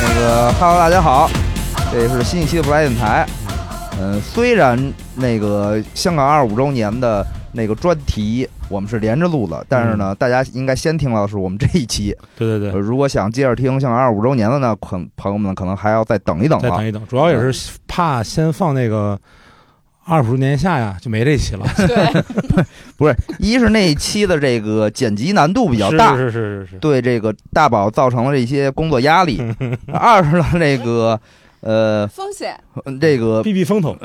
Hello，大家好，这是新一期的不来电台。嗯，虽然那个香港二十五周年的那个专题我们是连着录的，但是呢，大家应该先听到的是我们这一期。对嗯对呃对，如果想接着听香港二十五周年的呢，可朋友们可能还要再等一等啊再了等。一等，主要也嗯是怕先放那个二十周年下呀，就没这期了，对，不是，一是那一期的这个剪辑难度比较是大，是是是是，对这个大宝造成了一些工作压 力；二是呢，这个呃， 风险这个避避 风头，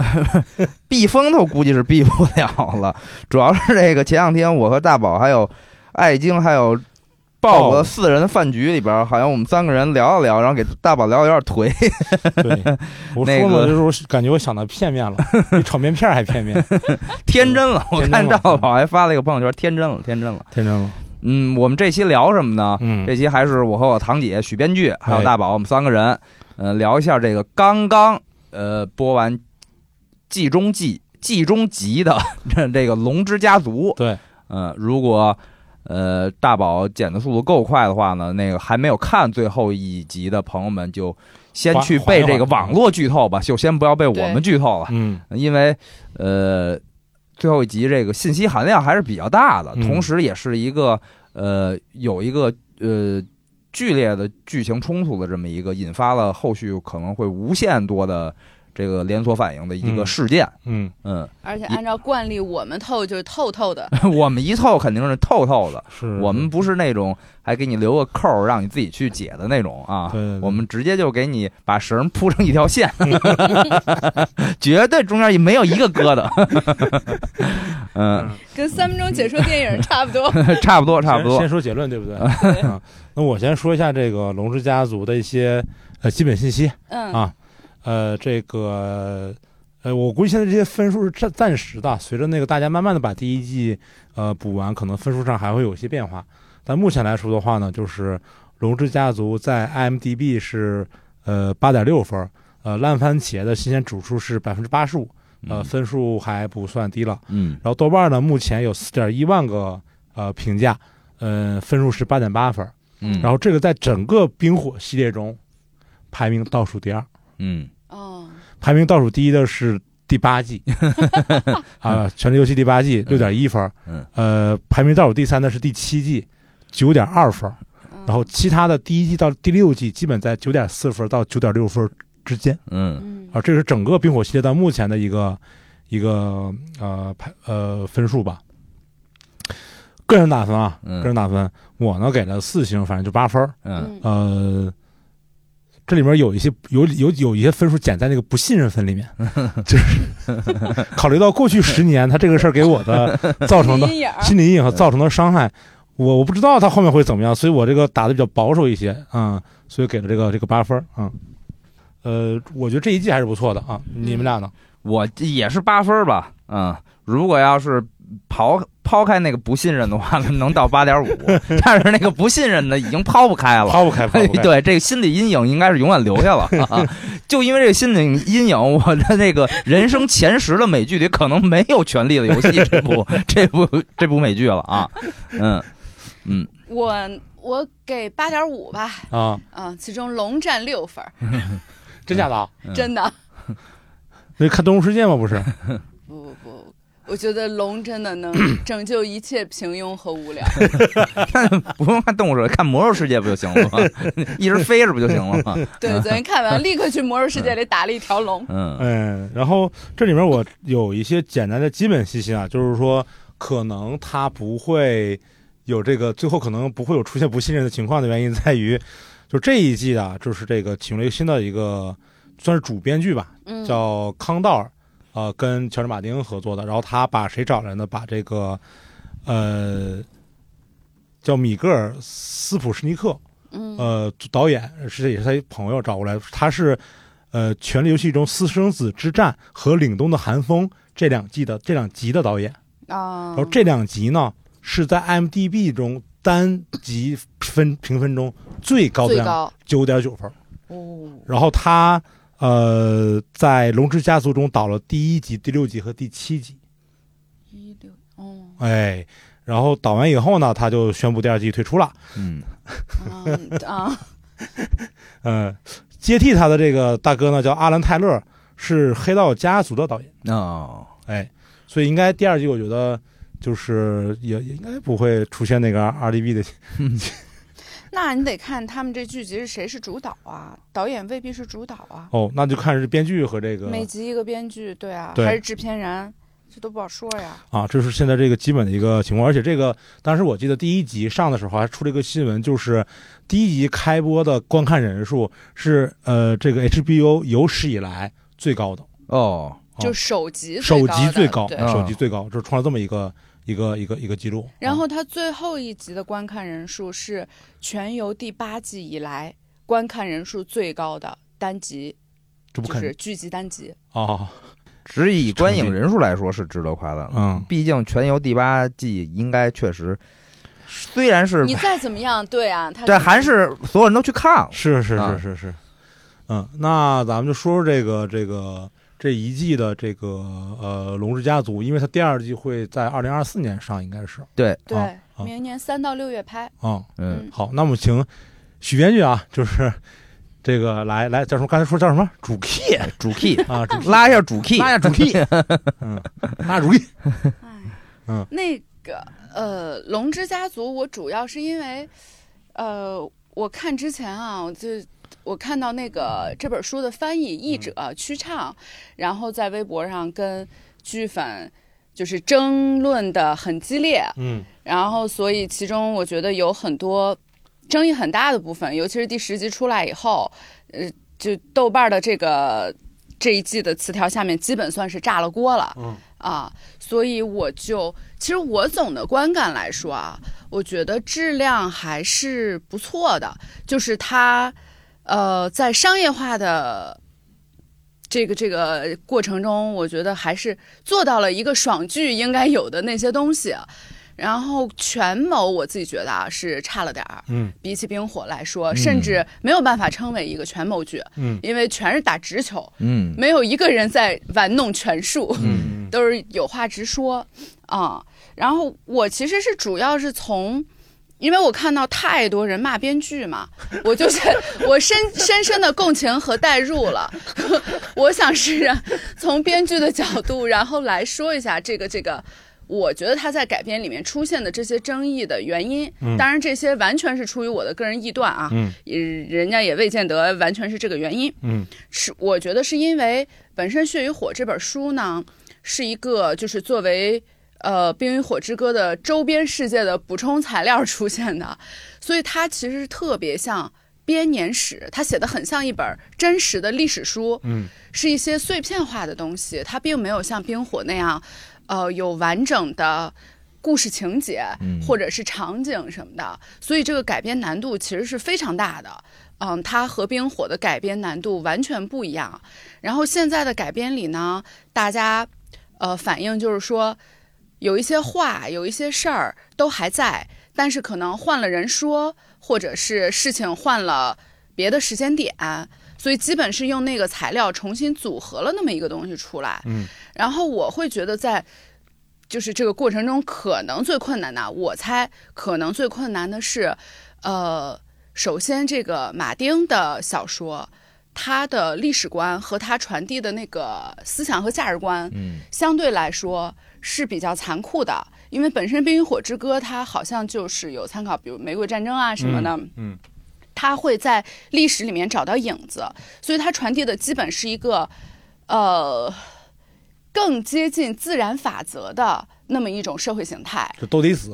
避风头估计是避不了了， 主要是这个前两天我和大宝还有艾晶还有豹子四人的饭局里边，好像我们三个人聊了聊，然后给大宝聊得有点颓。 对，我那说嘛，个就是我感觉我想的片 面了，比炒面片儿还片面，天真了。我嗯天看真了大宝还发了一个朋友圈，天真了，天真了。天真了，嗯，我们这期聊什么呢？嗯，这期还是我和我堂姐许编剧还有哎大宝，我们三个人，呃，聊一下这个刚刚呃播完季中季季中集的 这这个《龙之家族》。 对，呃，如果呃大宝剪的速度够快的话呢，那个还没有看最后一集的朋友们就先缓去缓一被这缓个网络剧透吧，就先不要被我们对剧透了，嗯，因为呃最后一集这个信息含量还是比较大的，嗯同时也是一个呃有一个呃。剧烈的剧情冲突的这么一个，引发了后续可能会无限多的这个连锁反应的一个嗯事件。嗯，嗯， 而且按照惯例，我们透就是透透的， 我们一透肯定是透透的，是我们不是那种还给你留个扣儿让你自己去解的那种啊，对对对我们直接就给你把绳铺成一条 线， 绝对中间也没有一个疙瘩。 嗯，跟三分钟解说电影差不 多。差不多，差不多先先。说结论对 不对？啊，那我先说一下这个龙之家族的一些呃基本信息，嗯啊呃，这个呃，我估计现在这些分数是暂暂时的，随着那个大家慢慢的把第一季呃补完，可能分数上还会有一些变化。但目前来说的话呢，就是《龙之家族》在 IMDB 是呃八点六分，呃，烂番茄的新鲜指数是百分之八十五，呃，分数还不算低了。嗯，然后豆瓣呢，目前有四点一万个呃评价，呃，分数是八点八分。嗯，然后这个在整个冰火系列中排名倒数第二。嗯，哦，排名倒数第一的是第 八季，啊，《权力游戏》第八季六点一分，嗯，呃，排名倒数第三的是第七季，九点二分，嗯然后其他的第一季到第六季基本在九点四分到九点六分之间，嗯，嗯啊，这是整个冰火系列到目前的一个一个呃排呃分数吧。个人打分啊，嗯个人打分，我呢给了四星，反正就八分儿。嗯，嗯呃，这里面有一些有有有一些分数减在那个不信任分 里面，就是考虑到过去十年他这个事儿给我的造成 的阴影儿心理阴影和造成的伤害，我我不知道他后面会怎么样，所以我这个打的比较保守一些啊、嗯所以给了这个这个八分啊、嗯呃，我觉得这一季还是不错的啊，你们俩呢？嗯我也是八分儿吧。嗯，如果要是刨抛开那个不信任的话，可能能到八点五， 但是那个不信任的已经抛不开了。抛不开，抛不 开，对，这个心理阴影应该是永远留 下了。啊、就因为这个心理阴影，我的那个人生前十的美剧里可能没有《权力的游戏》这部 这部这部美剧了啊。嗯嗯，我我给八点五吧，啊，啊，其中龙占六分儿，真假的啊？嗯真的，那看《动物世界》吗？不是，不不不，我觉得龙真 的能拯救一切平庸和 无聊。不用看动物世界，看魔兽世界不就行了吗？ 一直飞着不就行了吗？对，昨天看完立刻去魔兽世界里打了一条龙。嗯嗯，然后这里面我有一些简单的基本信息啊，就是说可能他不会有这个最后可能不会有出现不信任的情况的原因在于， 就这一季啊，就是这个请了一个新的一个算是主编剧吧，嗯，叫康道尔，呃，跟乔治马丁合作的，然后他把谁找来呢？把这个呃叫米格尔斯普什尼克，嗯呃，导演是也是他朋友找过来，他是呃《权力游戏》中《私生子之战》和《凛冬的寒风》这两季的这两集的导演。啊，然后这两集呢是在 m d b 中单集分评分中最高最的高九点九分。哦，然后他呃在《龙之家族》中导了第一集、第六集和第七集，一六哦。哎，然后导完以后呢，他啊就宣布第二季退出了。嗯嗯啊，嗯，接替他的这个大哥呢叫阿兰泰勒，是《黑道家族》的导演，哦，哎，所以应该第二季我觉得就是也也应该不会出现那个 R D B 的那你得看他们这剧集是谁是主导啊，导演未必是主导啊，哦，那就看是编剧和这个每集一个编剧，对啊，对还是制片人，这都不好说呀。啊，这是现在这个基本的一个情况。而且这个当时我记得第一集上的时候还出了一个新闻，就是第一集开播的观看人数是呃这个 HBO 有史以来最高的，哦，哦就首集首高集的最高，对嗯首集最高，就创了这么一个一个一个一个记录。然啊后它最后一集的观看人数是全由第八季以来观看人数最高的单集，这不就肯是剧集单集。啊，只以观影人数来说是值得夸赞的。嗯，毕竟《全游》第八季应该确实，虽然是你再怎么样，对啊，它这哦还是所有人都去看了。是是啊是是是，嗯，那咱们就说说这个这个这一季的这个呃《龙之家族》，因为它第二季会在二零二四年上，应该是对，对、啊啊明年三到六月拍，嗯。嗯，好，那我们请许编剧啊，就是这个来来叫什么？刚才说叫什么？主 key 主 key 啊，主 key 拉一下主 key，拉一下主 key 嗯，那主 key 哎，嗯那个呃，《龙之家族》，我主要是因为，呃，我看之前啊，我就我看到那个这本书的翻译译者曲畅，然后在微博上跟剧粉就是争论的很激烈，嗯然后所以其中我觉得有很多争议很大的部分，尤其是第十集出来以后，呃，就豆瓣的这个这一季的词条下面基本算是炸了锅了。嗯啊，所以我就其实我总的观感来说啊，我觉得质量还是不错的，就是它呃在商业化的。这个这个过程中，我觉得还是做到了一个爽剧应该有的那些东西，啊然后权谋我自己觉得啊是差了点儿，嗯比起冰火来说，嗯甚至没有办法称为一个权谋剧，嗯因为全是打直球，嗯，没有一个人在玩弄权术，嗯都是有话直说啊。然后我其实是主要是从。因为我看到太多人骂编 剧嘛，我就是我深深深的共情和代入了。 我想是从编剧的角度，然后来说一下这个这个，我觉得他在改编里面出现的这些争议的原因。嗯当然，这些完全是出于我的个人臆断啊，嗯也人家也未见得完全是这个原因。嗯是我觉得是因为本身《血与火》这本书呢，是一个就是作为呃《冰与火之歌》的周边世界的补充材料出现的， 所以它其实特别像编年史，它写的很像一本真实的历史书，嗯是一些碎片化的东西，它并没有像《冰火》那样，呃，有完整的。故事情节嗯或者是场景什么的，所以这个改编难度其实是非常大的。嗯，它和《冰火》的改编难度完全不一样。然后现在的改编里呢，大家呃反映就是说，有一些话、有一些事儿都还在，但是可能换了人说，或者是事情换了别的时间点，所以基本是用那个材料重新组合了那么一个东西出来。嗯然后我会觉得在就是这个过程中，可能最困难的，我猜可能最困难的是，呃，首先这个马丁的小说，他的历史观和他传递的那个思想和价值观，嗯，相对来说是比较残酷的，因为本身《冰与火之歌》它好像就是有参考，比如玫瑰战争啊什么的。嗯他会在历史里面找到影子，所以他传递的基本是一个，呃，更接近自然法则的那么一种社会形态。就都得死，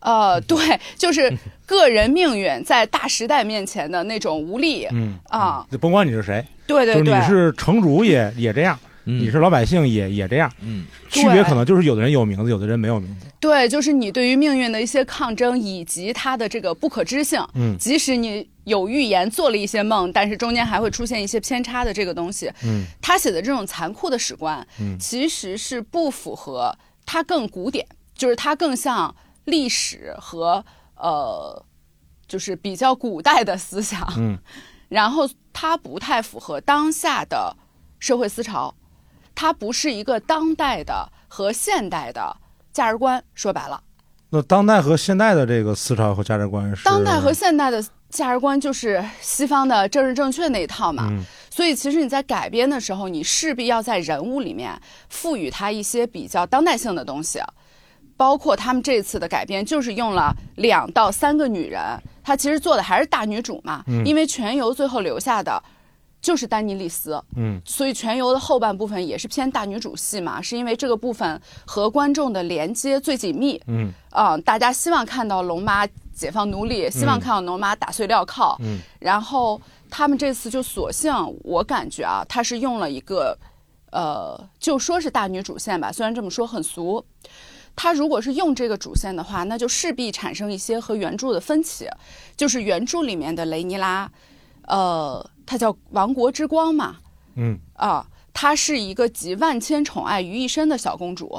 呃，对， 就是个人命运在大时代面前的那种无力。嗯啊，就甭管你是谁，对就是对你对，是城主也也这样，你你是老百姓也也这样，嗯区别可能就是有的人有名字，有的人没有名字，对，就是你对于命运的一些抗争以及它的这个不可知性。嗯即使你有预言，做了一些梦，但是中间还会出现一些偏差的这个东西。嗯他写的这种残酷的史观，嗯其实是不符合它更古典，就是它更像历史和呃，就是比较古代的思想，嗯然后它不太符合当下的社会思潮，它不是一个当代的和现代的价值观。说白了，那当代和现代的这个思潮和价值观是当代和现代的价值观就是西方的政治正确那一套嘛，嗯所以其实你在改编的时候，你势必要在人物里面赋予他一些比较当代性的东西，包括他们这次的改编就是用了两到三个女人，她其实做的还是大女主嘛，嗯因为全游最后留下的就是丹尼莉丝，嗯所以全游的后半部分也是偏大女主戏嘛，是因为这个部分和观众的连接最紧密，嗯嗯，大家希望看到龙妈解放奴隶，希望看到龙妈打碎镣铐，嗯然后他们这次就索性，我感觉啊，他是用了一个，呃，就说是大女主线吧，虽然这么说很俗。他如果是用这个主线的话，那就势必产生一些和原著的分歧，就是原著里面的雷尼拉，呃，她叫王国之光嘛，嗯啊，她是一个集万千宠爱于一身的小公主，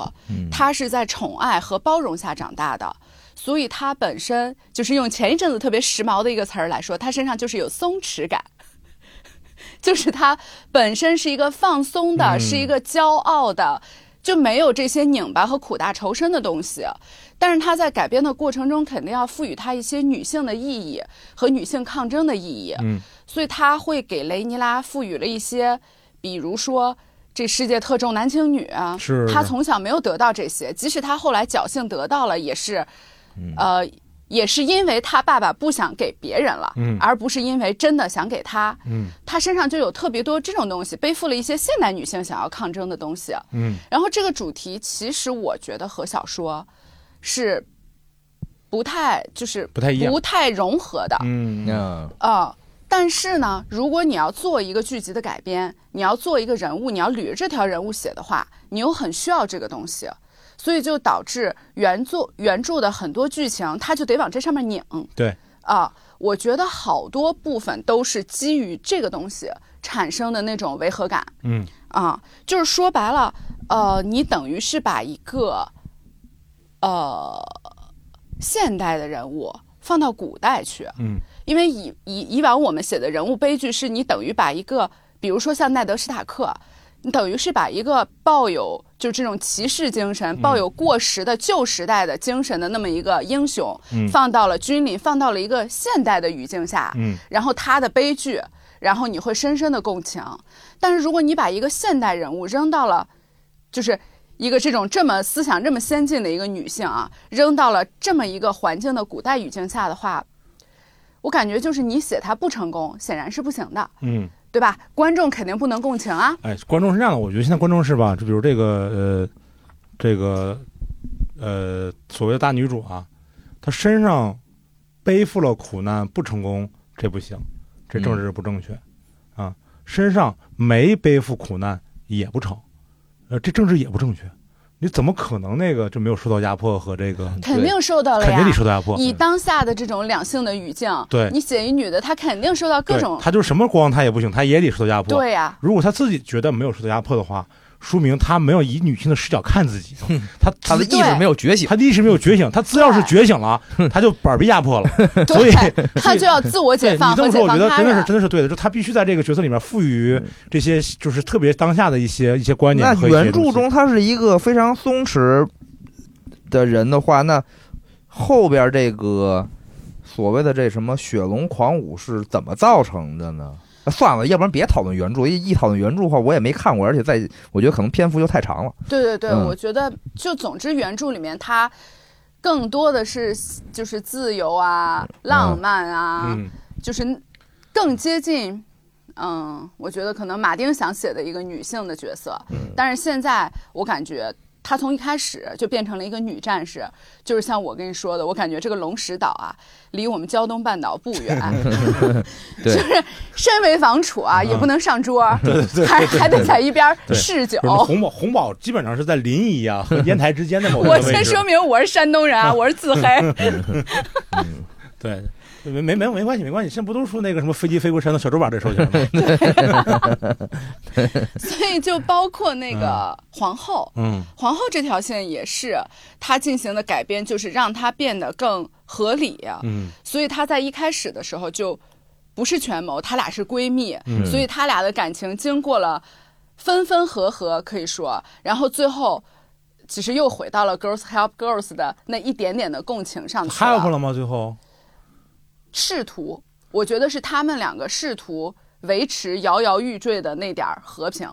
她是在宠爱和包容下长大的，所以她本身就是用前一阵子特别时髦的一个词儿来说，她身上就是有松弛感。 就是她本身是一个放松的，嗯是一个骄傲的，就没有这些拧巴和苦大仇深的东西。但是她在改编的过程中，肯定要赋予她一些女性的意义和女性抗争的意义。嗯所以他会给雷尼拉赋予了一些，比如说这世界特重男轻女啊，是他从小没有得到这些，即使他后来侥幸得到了，也是，嗯呃，也是因为他爸爸不想给别人了，嗯而不是因为真的想给他，嗯他身上就有特别多这种东西，背负了一些现代女性想要抗争的东西。嗯然后这个主题其实我觉得和小说是不太就是不太一样不太融合的，嗯嗯呃，但是呢，如果你要做一个剧集的改编，你要做一个人物，你要捋着这条人物写的话，你又很需要这个东西，所以就导致原作原著的很多剧情，它就得往这上面拧对啊、我觉得好多部分都是基于这个东西产生的那种违和感嗯啊、就是说白了，呃，你等于是把一个呃现代的人物放到古代去，嗯因为以以以往我们写的人物悲剧，是你等于把一个，比如说像奈德·史塔克，你等于是把一个抱有就这种骑士精嗯神、抱有过时的旧时代的精神的那么一个英雄，嗯放到了君临，放到了一个现代的语境下，嗯然后他的悲剧，然后你会深深的共情。但是如果你把一个现代人物扔到了，就是一个这种这么思想这么先进的一个女性啊，扔到了这么一个环境的古代语境下的话，我感觉就是你写她不成功，显然是不行的，嗯。对吧？观众肯定不能共情啊。哎，观众是这样的，我觉得现在观众是吧，就比如这个呃，这个呃，所谓的大女主啊，她身上背负了苦难，不成功这不行，这政治不正确、啊，身上没背负苦难也不成，呃，这政治也不正确，你怎么可能那个就没有受到压迫和这个肯定受到了肯呀定得。受到压迫？以当下的这种两性的语境，对你写一女的，她肯定受到各对种她就是什么光她也不行，她也得受到压迫。对呀、 如果他自己觉得没有受到压迫的话，说明他没有以女性的视角看自 己，他他的自意识没有觉醒，他的意识没有觉醒，他只要是觉醒了，嗯他就板儿逼压迫 了。所以对，她就要自我对解你放这和么说，解我觉放嗯得他真的是人。真的是对的，就他必须在这个角色里面赋予这些就是特别当下的一些一些观那点和一些原著东西中他是一个非常松弛的人的话，那后边这个所谓的这什么雪龙狂舞是怎么造成的呢？啊算了，要不然别讨论原著，一一讨论原著的话，我也没看过，而且在我觉得可能篇幅又太长了。对对对，嗯我觉得就总之原著里面它更多的是就是自由啊、浪漫啊，嗯就是更接近。嗯，我觉得可能马丁想写的一个女性的角色，嗯但是现在我感觉她从一开始就变成了一个女战士，就是像我跟你说的，我感觉这个龙石岛啊，离我们胶东半岛不 远， 对就是身为房主啊，也不能上桌，嗯对对还还得在一边儿对嗜酒，就是那红宝红宝基本上是在临沂 啊和烟台之间的某一个我位置。先说明我是山东人啊， 我是自黑。对。没没没没关系没关系，现在不都说那个什么飞机飞过山洞小竹板这事儿去了 吗？所以就包括那个皇后，嗯皇后这条线也是她进行的改编，就是让她变得更合理。啊嗯所以她在一开始的时候就不是权谋，她俩是闺蜜，嗯所以她俩的感情经过了分分合合，可以说，然后最后。其实又回到了 girls help girls 的那一点点的共情上去啊，help 了吗？最后仕途我觉得是他们两个试图维持摇摇欲坠的那点儿和平，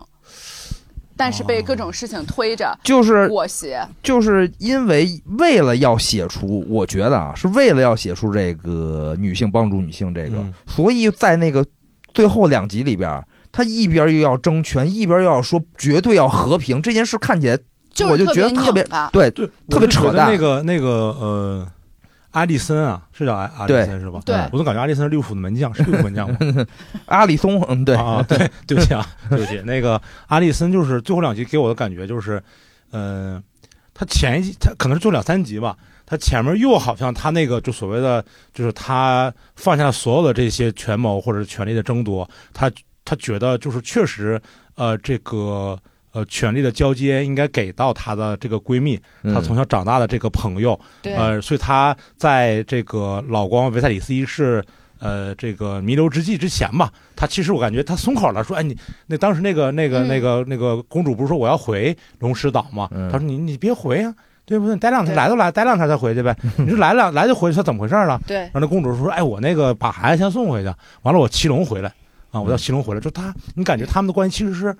但是被各种事情推着就是裹挟。就是因为为了要写出，我觉得啊，是为了要写出这个女性帮助女性这个，嗯所以在那个最后两集里边，他一边又要争权，一边又要说绝对要和平，这件事看起来就我是就觉得特特别拧巴，对对，特别扯淡我就觉得那个那个呃，阿利森啊，是叫阿阿利森是吧？对我总感觉阿利森是利物浦的门将，是利物浦门将吗？阿里松，嗯， 对，啊，对，对不起啊，对不起。那个阿利森就是最后两集给我的感觉就是，嗯、他前一集他可能是就两三集吧，他前面又好像他那个就所谓的就是他放下所有的这些权谋或者是权力的争夺，他他觉得就是确实呃这个。呃，权力的交接应该给到她的这个闺蜜，她嗯从小长大的这个朋友，对呃，所以她在这个老光维赛里斯一世，呃，这个弥留之际之前吧，她其实我感觉她松口了，说，哎，你那当时那个那个嗯那个那个公主不是说我要回龙石岛吗？嗯她说你你别回啊，对不对？你待两天对来都来，待两天再 回去呗。你说来了来就回去，她怎么回事了？对然后那公主说：“哎，我那个把孩子先送回去，完了我骑龙回来啊，嗯我叫骑龙回来。”就他，你感觉他们的关系其实是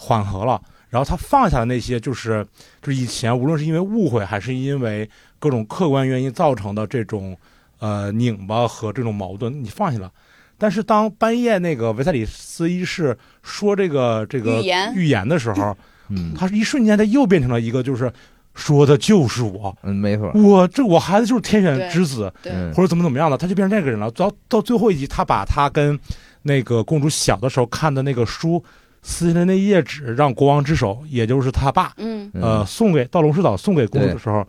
缓和了，然后他放下了那些就是就是以前无论是因为误会还是因为各种客观原因造成的这种呃拧巴和这种矛盾，你放下了。但是当半夜那个维赛里斯一世说这个这个预言预言的时候，嗯他是一瞬间他又变成了一个就是说的就是我，嗯，没错，我这我孩子就是天选对之子。对嗯或者怎么怎么样了，他就变成那个人了。到到最后一集，他把他跟那个公主小的时候看的那个书撕下来那页纸，让国王之手，也就是他爸，嗯呃，送给到龙石岛送给公主的时候，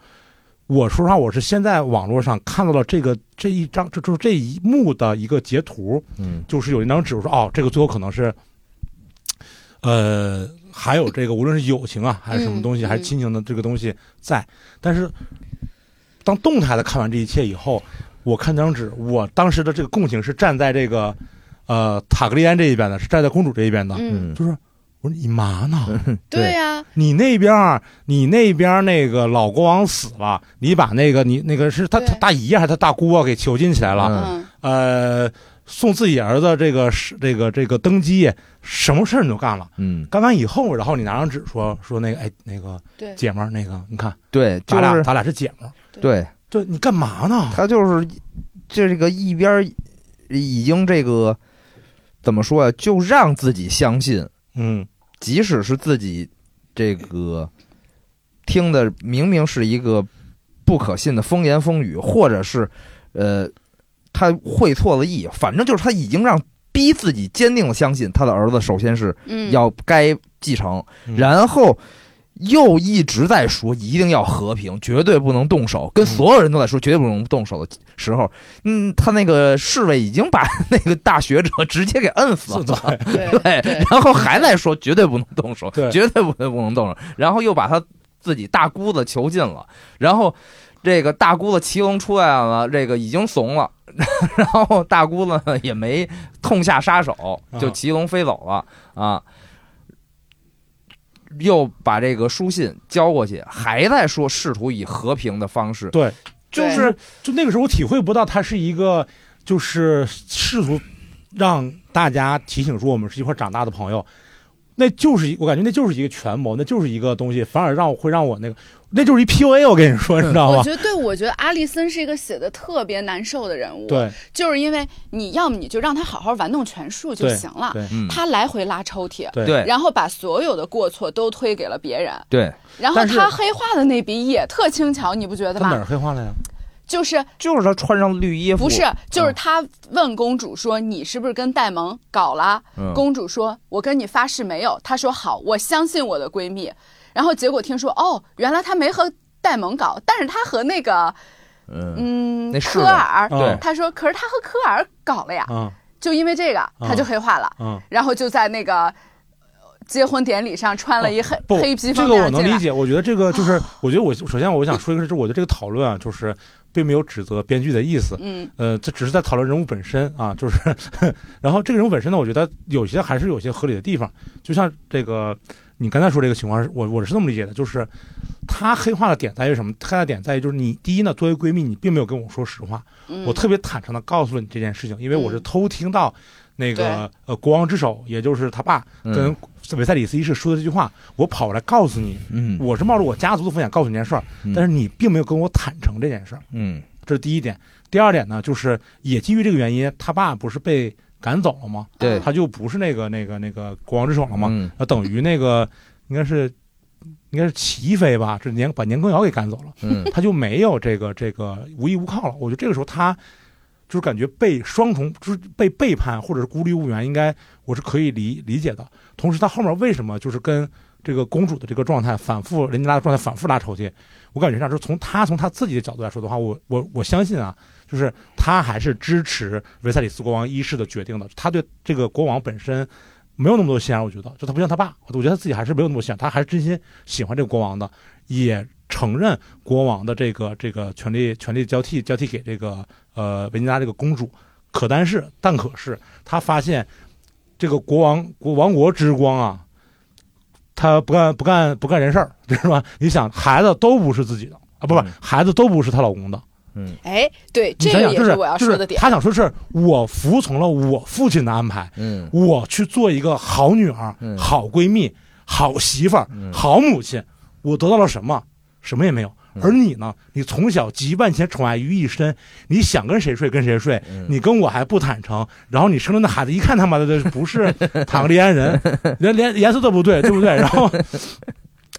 我说实话，我是先在网络上看到了这个这一张，这就是这一幕的一个截图，嗯就是有一张纸，我说哦，这个最后可能是，呃，还有这个无论是友情啊，还是什么东西，嗯还是亲情的这个东西在，但是当动态的看完这一切以后，我看那张纸，我当时的这个共情是站在这个呃塔格利安这一边的，是站在公主这一边的，嗯，嗯，就是我说你嘛呢？对啊呀，你那边儿，你那边儿那个老国王死了，你把那个你那个是他对他大姨啊还是他大姑啊给囚禁起来了，嗯呃，送自己儿子这个是这个这个登基，什么事儿你都干了。嗯，干完以后，然后你拿张纸说说那个哎那个对姐们儿那个你看对，就咱俩是咱俩是姐们儿，对对你干嘛呢？他就是这个一边儿已经这个怎么说呀、啊就让自己相信嗯即使是自己这个听的明明是一个不可信的风言风语，或者是呃他会错了意，反正就是他已经让逼自己坚定的相信他的儿子首先是嗯，要该继承，嗯然后。又一直在说一定要和平，绝对不能动手，跟所有人都在说绝对不能动手的时候，嗯，他那个侍卫已经把那个大学者直接给摁死了， 对对，然后还在说绝对不能动手，对绝对不能不能动手，然后又把他自己大姑子囚禁了，然后这个大姑子骑龙出来了，这个已经怂了， 然后大姑子呢也没痛下杀手，就啊骑龙飞走了啊。又把这个书信交过去，还在说试图以和平的方式，对，就对是就那个时候我体会不到他是一个就是试图让大家提醒说我们是一块儿长大的朋友，那就是一我感觉那就是一个权谋，那就是一个东西，反而让我会让我那个那就是一 PUA，我跟你说，你知道我吗？觉得对，我觉得阿丽森是一个写的特别难受的人物，，对就是因为你要么你就让他好好玩弄权术就对行了，对嗯，他来回拉抽屉，对对然后把所有的过错都推给了别人，对，然后但是他黑化的那笔也特轻巧，你不觉得他哪吗儿？黑化了呀？就是就是他穿上绿衣服，不是，就是嗯他问公主说：“你是不是跟戴蒙搞了？”嗯公主说：“我跟你发誓没有。”她说：“好，我相信我的闺蜜。”然后结果听说哦，原来她没和戴蒙搞，但是她和那个嗯，嗯那是科的尔，对她说：“可是她和科尔搞了呀。啊就因为这个，嗯她就黑化了，啊！然后就在那个呃结婚典礼上穿了一黑、哦不，黑披这风个那我样能进理来。解。我觉得这个就是，啊我觉得我首先我想说一个是，我觉得这个讨论啊，就是并没有指责编剧的意思，嗯呃，这只是在讨论人物本身啊，就是 ，然后这个人物本身呢，我觉得有些还是有些合理的地方，就像这个你刚才说这个情况是，我我是这么理解的，就是他黑化的点在于什么？黑化的点在于就是你第一呢，作为闺蜜，你并没有跟我说实话，嗯我特别坦诚的告诉了你这件事情，因为我是嗯偷听到那个、呃国王之手，也就是他爸嗯跟维赛里斯一世说的这句话，我跑过来告诉你，嗯我是冒着我家族的风险告诉你这件事儿，嗯但是你并没有跟我坦诚这件事儿，嗯这是第一点。第二点呢，就是也基于这个原因，他爸不是被赶走了吗？对他就不是那个那个那个国王之手了吗？嗯那等于那个应该是应该是齐妃吧，这年把年羹尧给赶走了，嗯他就没有这个这个无依无靠了。我觉得这个时候他就是感觉被双重就是被背叛或者是孤立无援，应该我是可以理理解的。同时，他后面为什么就是跟这个公主的这个状态反复，林吉拉的状态反复拉仇去？我感觉上就是从他从他自己的角度来说的话，我我我相信啊，就是他还是支持维赛里斯国王一世的决定的。他对这个国王本身没有那么多信仰，我觉得就他不像他爸，我觉得他自己还是没有那么多信仰，他还是真心喜欢这个国王的，也承认国王的这个这个权力权力交替交替给这个呃维尼拉这个公主。可但是，但可是他发现这个国王国王国之光啊，他不干不干不干人事儿， 是吧？你想，孩子都不是自己的啊，不不嗯，孩子都不是她老公的。嗯哎，对，你这想个想，也就是我要就说的是点。她想说是我服从了我父亲的安排，嗯我去做一个好女儿、嗯好闺蜜、好媳妇儿、嗯好母亲，我得到了什么？什么也没有。嗯而你呢？你从小集万千宠爱于一身，你想跟谁睡跟谁睡，嗯你跟我还不坦诚，然后你生的那孩子一看他妈的这不是 塔格利 安人，连连颜色都不对，对不对？ 然后，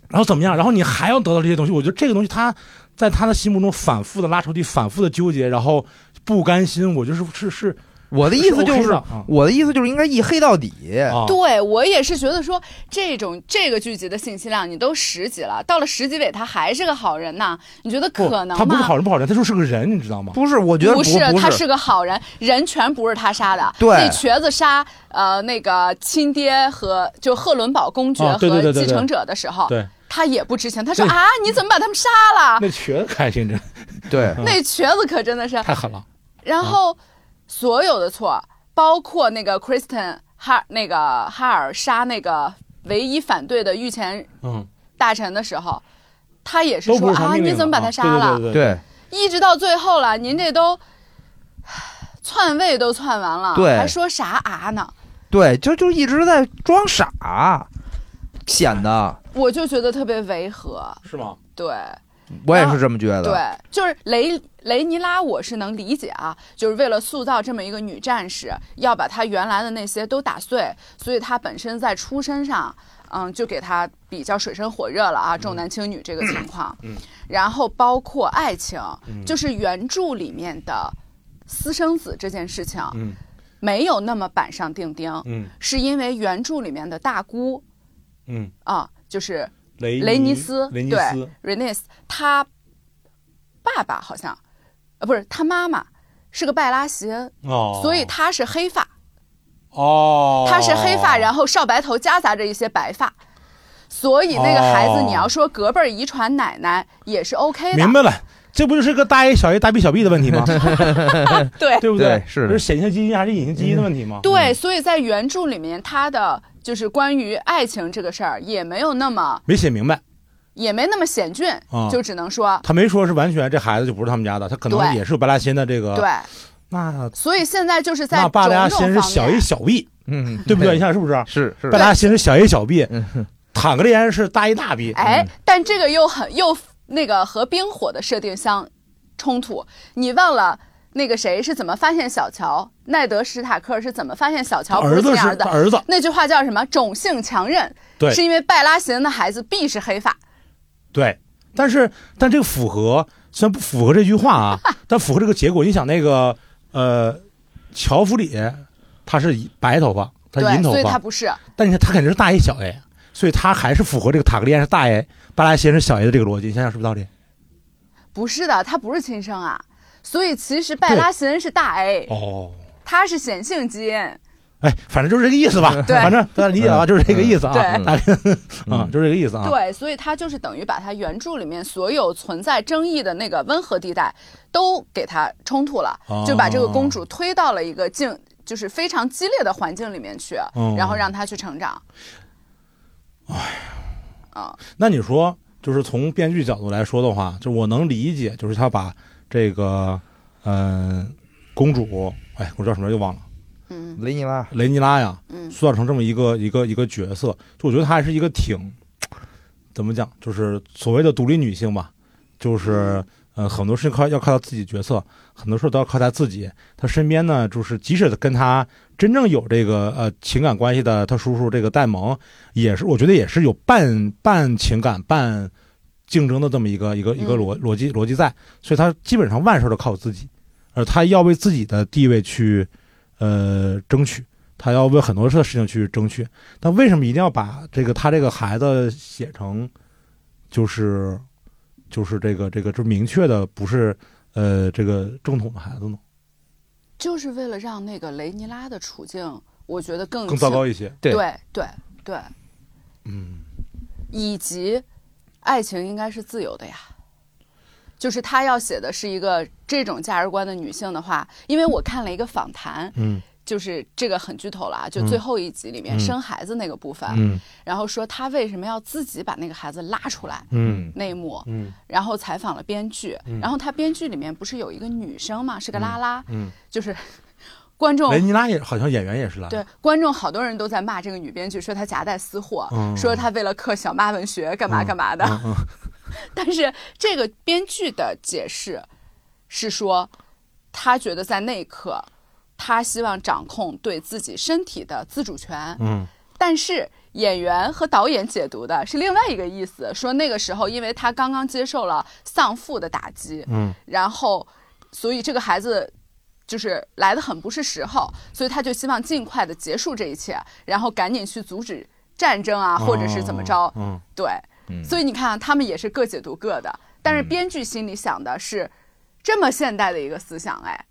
然后怎么样？然后你还要得到这些东西，我觉得这个东西他在他的心目中反复的拉仇敌，反复的纠结，然后不甘心，我就是是是，我的意思就 OK 的是，啊我的意思就是应该一黑到底。啊，对我也是觉得说，这种这个剧集的信息量，你都十集了，到了十集尾他还是个好人呐，你觉得不可能他不是吗？好人不好人，他就是个人，你知道吗？不是，我觉得不不不他是个好人，人全不是他杀的。对那瘸子杀呃那个亲爹和就赫伦堡公爵啊对对和对对继对承者的时候，对，他也不知情。他说对啊，你怎么把他们杀了？那瘸子 开心着，对，嗯那瘸子可真的是。太狠了。然啊后所有的错，包括那个 Kristen 哈那个哈尔杀那个唯一反对的御前嗯，大臣的时候，他也是都不说是他啊，命令你怎么把的他啊杀对了？对对对一直到最后了，您这都唉篡位都篡完了，对还说啥啊呢？对，就就一直在装傻，显得我就觉得特别违和，对，是吗？对我也是这么觉得。对，就是雷雷尼拉，我是能理解啊，就是为了塑造这么一个女战士，要把她原来的那些都打碎，所以她本身在出身上，嗯，就给她比较水深火热了啊，重男轻女这个情况，嗯然后包括爱情，嗯就是原著里面的私生子这件事情，嗯没有那么板上钉钉，嗯是因为原著里面的大姑嗯，啊，就是雷雷尼尼斯雷尼对斯， Renes，她爸爸好像，呃，不是她妈妈是个拜拉席恩，哦，所以她是黑发，哦，她是黑发，然后少白头夹杂着一些白发，所以那个孩子哦你要说隔辈儿遗传奶奶也是 OK 明的，白了，这不就是个大 A 小 A 大 B 小 B 的问 题吗？对对不对是的这是显性基因还是隐性基因的问题吗？嗯嗯对，所以在原著里面，她的就是关于爱情这个事儿也没有那么没写明白，也没那么险峻，啊就只能说他没说是完全这孩子就不是他们家的，他可能对也是有白拉欣的这个。对。那所以现在就是在呃那种巴种拉亚方欣面，是小 A 小 B，嗯，对不对？你看是不是？是是 巴拉亚欣是小 A 小 B，坦格利安是大 A 大 B。哎，但这个又很又那个和冰火的设定相冲突。你忘了那个谁是怎么发现小乔？奈德·史塔克是怎么发现小他啊乔不儿是子亲是儿他子？儿子，那句话叫什么？种姓强韧，对是因为拜拉席恩的孩子必是黑发。对，但是但这个符合，虽然不符合这句话 啊，但符合这个结果。你想那个呃，乔弗里他是白头发，他对，银头所以他发，不是。但你看他肯定是大 A 小 A，所以他还是符合这个塔格利安是大 A，巴拉先是小 A 的这个逻辑，你想想是不是道理？不是的，他不是亲生啊。所以其实拜拉席恩是大 A，哦。他是显性基因。哎，反正就是这个意思吧，对反正大家理解了吧，就是这个意思啊，对大概 啊，就是这个意思啊。对，所以他就是等于把他原著里面所有存在争议的那个温和地带都给他冲突了，哦就把这个公主推到了一个境，就是非常激烈的环境里面去，哦然后让她去成长。啊，那你说，就是从编剧角度来说的话，就我能理解，就是他把这个，嗯、公主，哎，我叫什么又忘了，嗯雷尼拉，雷尼拉呀，嗯塑造成这么一个一个一个角色，就我觉得她还是一个挺，怎么讲，就是所谓的独立女性吧，就是呃很多事情靠要靠她自己决策，很多事都要靠她自己。她身边呢，就是即使跟她真正有这个呃情感关系的她叔叔这个戴蒙，也是我觉得也是有半半情感半竞争的这么一个一个一个嗯逻逻辑逻辑在，所以她基本上万事都靠自己，而她要为自己的地位去呃争取。他要为很多事事情去争取。但为什么一定要把这个他这个孩子写成，就是就是这个这个就明确的不是呃这个正统的孩子呢？就是为了让那个雷尼拉的处境，我觉得更更糟糕一些。对嗯对对对，嗯，以及爱情应该是自由的呀。就是他要写的是一个这种价值观的女性的话，因为我看了一个访谈，嗯就是这个很剧透了啊，就嗯最后一集里面嗯生孩子那个部分，嗯然后说他为什么要自己把那个孩子拉出来嗯那一幕，嗯然后采访了编剧，嗯然后他编剧里面不是有一个女生嘛，是个拉拉，嗯，啊就是 观众雷尼拉也好像演员也是啦。对，观众好多人都在骂这个女编剧，说她夹带私货，嗯说她为了刻小妈文学干嘛干嘛的。嗯，嗯但是这个编剧的解释是说，他觉得在那一刻，他希望掌控对自己身体的自主权。嗯但是演员和导演解读的是另外一个意思，说那个时候因为他刚刚接受了丧父的打击，嗯然后，所以这个孩子就是来的很不是时候，所以他就希望尽快的结束这一切，然后赶紧去阻止战争啊，嗯，或者是怎么着？嗯对，嗯，所以你看，他们也是各解读各的，但是嗯编剧心里想的是这么现代的一个思想，哎，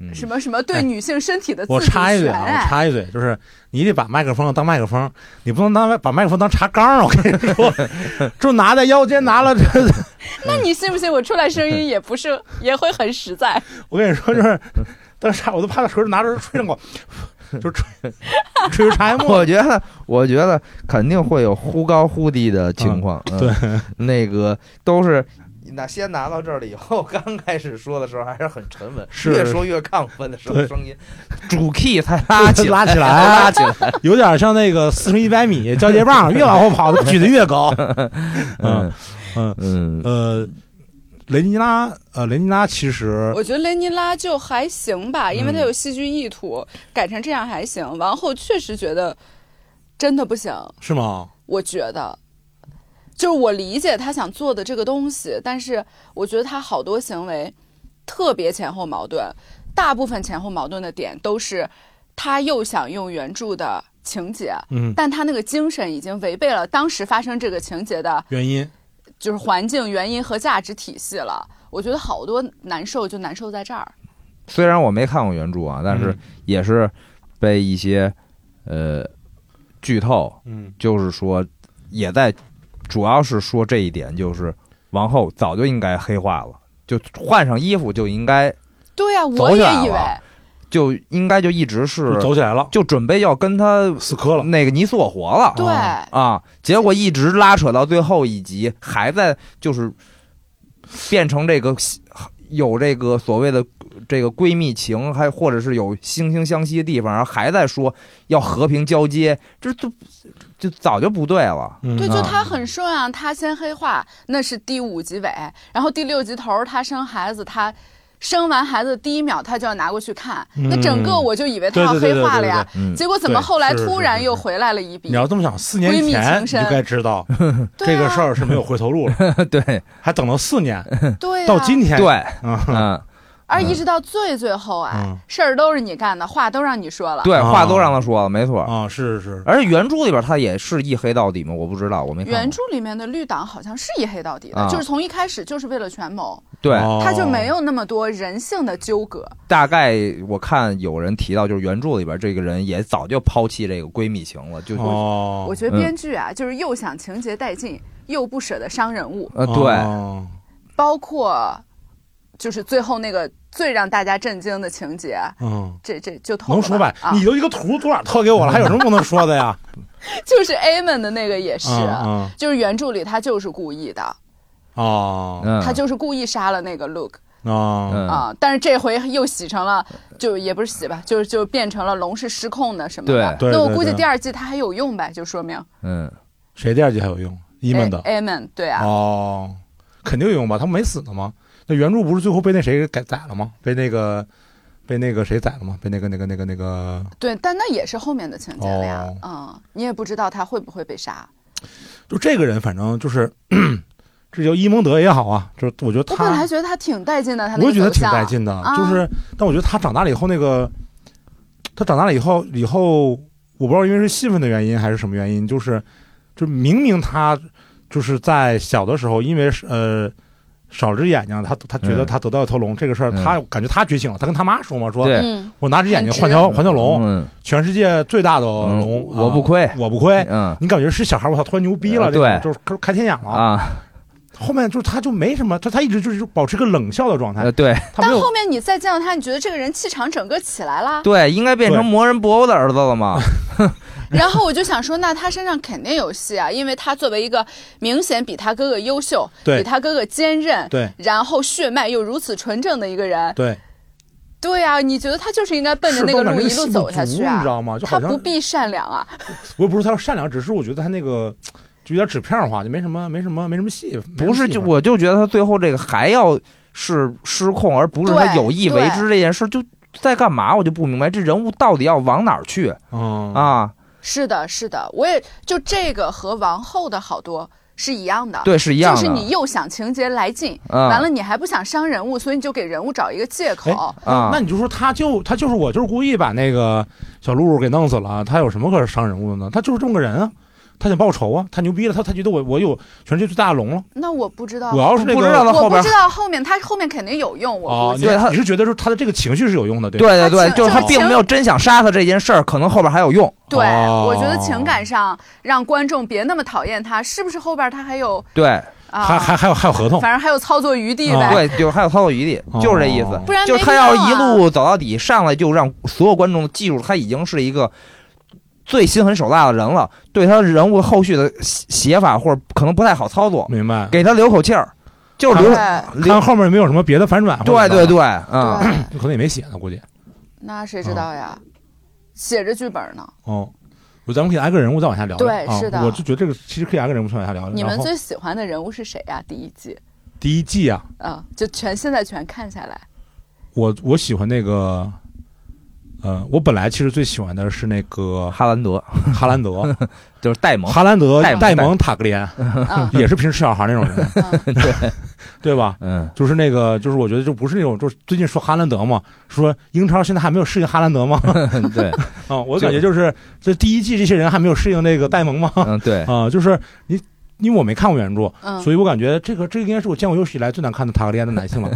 嗯什么什么对哎女性身体的自我主插一嘴权，啊，我哎，插一嘴，就是你得把麦克风当麦克风，你不能当把麦克风当茶缸啊儿。我跟你说，就拿在腰间拿了 这那你信不信我出来声音也 不是也会很实在？我跟你说，就是，但是啥，我都怕他手指拿着吹上我，就吹，吹出茶叶 沫。我觉得，我觉得肯定会有忽高忽低的情 况。嗯、对，那个都是那先拿到这儿了以后，刚开始说的时候还是很沉稳，是越说越亢奋的时候对声音，主 key 才拉起来， 拉起来 拉起来。 有点像那个四乘一百米交接棒，越往后跑，它举得越 高。嗯嗯嗯，呃，雷尼拉，呃，雷尼拉其实 我觉得雷尼拉就还行吧，因为嗯它有戏剧意图，改成这样还行。王后确实觉得真的不行，是吗？我觉得。就是我理解他想做的这个东西，但是我觉得他好多行为特别前后矛盾，大部分前后矛盾的点都是他又想用原著的情节，嗯，但他那个精神已经违背了当时发生这个情节的原因就是环境原因和价值体系了。我觉得好多难受就难受在这儿。虽然我没看过原著啊，但嗯是也是被一些呃剧透，嗯就是说也在主要是说这一点，就是王后早就应该黑化了，就换上衣服就应该对呀、啊走我起也来以为了就应该就一直是就走起来了，就准备要跟他死磕了。那个你死我活了，对、啊啊，结果一直拉扯到最后一集，还在就是变成这个有这个所谓的这个闺蜜情，还或者是有惺惺相惜的地方，然后还在说要和平交接，这就就早就不对了。嗯对，就啊他很顺啊，他先黑化，那是第五集尾，然后第六集头儿他生孩子，他生完孩子第一秒他就要拿过去看，那整个嗯我就以为他对要对对黑对化对了呀对。，嗯，结果怎么对后来是是突是然是又回来了一笔？你要这么想，四年闺蜜前情你深啊就该知道这个事儿是没有回头 路了，对还等了四年，对、啊，到今天，对，嗯嗯，而一直到最最后啊，嗯事儿都是你干的，话都让你说了。对，啊话都让他说了，没错。啊，是是，而且原著里边他也是一黑到底吗？我不知道，嗯我没看过。原著里面的绿党好像是一黑到底的，啊就是从一开始就是为了权谋，对，哦他就没有那么多人性的纠葛。大概我看有人提到，就是原著里边这个人也早就抛弃这个闺蜜情了，就哦，我觉嗯得编剧啊，就是又想情节带劲，又不舍得伤人物，呃，对，哦包括就是最后那个最让大家震惊的情节，嗯，这这就透了能说吧啊、你都一个图多少套给我了，还有什么不能说的呀？就是 A 们的那个 也是，啊就是原著里他就是故意的，啊啊嗯，他就是故意杀了那个 Luke 啊嗯啊，但是这回又洗成了，就也不是洗吧，就是就变成了龙是失控的什么的。对对那我对估计对第二季它还有用呗，就说明嗯，谁第二季还有用？伊曼的 A Amen 对啊，哦，肯定有用吧？他们没死呢吗？那原著不是最后被那谁给改宰了吗？被那个被那个谁宰了吗？被那个那个那个那个，对，但那也是后面的情节了呀。哦嗯，你也不知道他会不会被杀。就这个人，反正就是，这叫伊蒙德也好啊，就是我觉得我本来他，觉得他挺带劲的，他那我也个觉得头挺像带劲的，啊就是，但我觉得他长大了以后，那个他长大了以后，以后我不知道因为是戏份的原因还是什么原因，就是就明明他就是在小的时候，因为是呃。少只眼睛，他他觉得嗯他得到一头龙、这个事儿，嗯他感觉他觉醒了，他跟他妈说嘛，说对嗯，我拿只眼睛换条换条龙，嗯，全世界最大的龙，嗯我不亏啊我不哎亏。嗯你感觉是小孩儿，我操，突然牛逼了，呃这种对就是开开天眼了。啊，后面就是他就没什么，他他一直就是保持一个冷笑的状态呃，对他但啊没有后面你再见到他，你觉得这个人气场整个起来了。对，应该变成魔人布欧的儿子了嘛？ 然后我就想说，那他身上肯定有戏啊，因为他作为一个明显比他哥哥优秀、对比他哥哥坚韧，对然后血脉又如此纯正的一个人，对，对呀、你觉得他就是应该奔着是那但个我感路觉一戏路不走下足去你啊知？道吗？就他好像不必善良啊，我也不是他善良，只是我觉得他那个就有点纸片儿化，就没什么没什么没什么戏。没不什是，么戏就份我就觉得他最后这个还要是失控，而不是他对有意为之这件事，就在干嘛？我就不明白这人物到底要往哪儿去嗯啊？是的，是的，我也就这个和王后的好多是一样的，对，是一样就是你的。又想情节来劲，嗯啊完了你还不想伤人物，所以你就给人物找一个借哎口。啊，那你就说他就他就是我就是故意把那个小露露给弄死了，他有什么可伤人物的呢？他就是这么个人啊，他想报仇啊，他牛逼了，他他觉得我我有全世界最大的龙了。那我不知道，我要是那个不知道他我后不边知道后面他后面肯定有用，我哦你估，计。对他你是觉得说他的这个情绪是有用的，对吧？对对对，他情就是他就是并没有真想杀他这件事儿，可能后边还有用。对，哦我觉得情感上让观众别那么讨厌他，是不是后边他还有对啊？还还还有还有合同，反正还有操作余地啊呗。对，就是还有操作余地，就是这意思哦。不然没就是他要必一要啊路走到底，上来就让所有观众记住他已经是一个最心狠手辣的人了，对他人物后续的写写法或者可能不太好操作，明白？给他留口气儿，就是留对留看后面有没有什么别的反转或者对什么的，对对，嗯，对可能也没写呢，估计。那谁知道呀？写着剧本呢。哦，我咱们可以挨个人物再往下聊聊。对啊是的我就觉得这个其实可以挨个人物再往下聊。你嗯们然后最喜欢的人物是谁呀？第一季，第一季啊，嗯，就全现在全看下来， 我我喜欢那个，呃，我本来其实最喜欢的是那个哈兰德哈兰德， 就是戴蒙，哈兰德戴蒙戴蒙塔格连，嗯也是平时吃小孩那种 人，嗯，对吧？嗯，就是那个，就是我觉得就不是那种，就是最近说哈兰德嘛，说英超现在还没有适应哈兰德 吗？对，啊，我感觉就是这第一季这些人还没有适应那个戴蒙吗？嗯对，啊，就是你，因为我没看过原著，嗯，所以我感觉这个这个应该是我见过有史以来最难看的塔格利安的 男性了，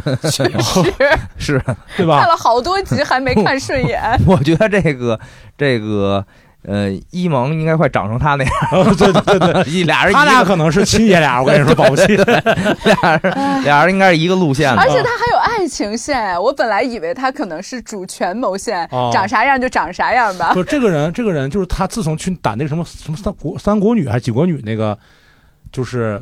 是， 对看吧？了好多集还没看顺眼，我觉得这个这个。呃，伊蒙应该快长成他那样，啊 对对对对，一俩人一他俩个可能是亲姐俩，我跟你说保不齐。 俩人俩人应该是一个路线的而，且他还有爱情线，我本来以为他可能是主权谋线，哦长啥样就长啥样吧。不，这个人，这个人就是他，自从去打那个什么什么三国三国女还是几国女那个，就是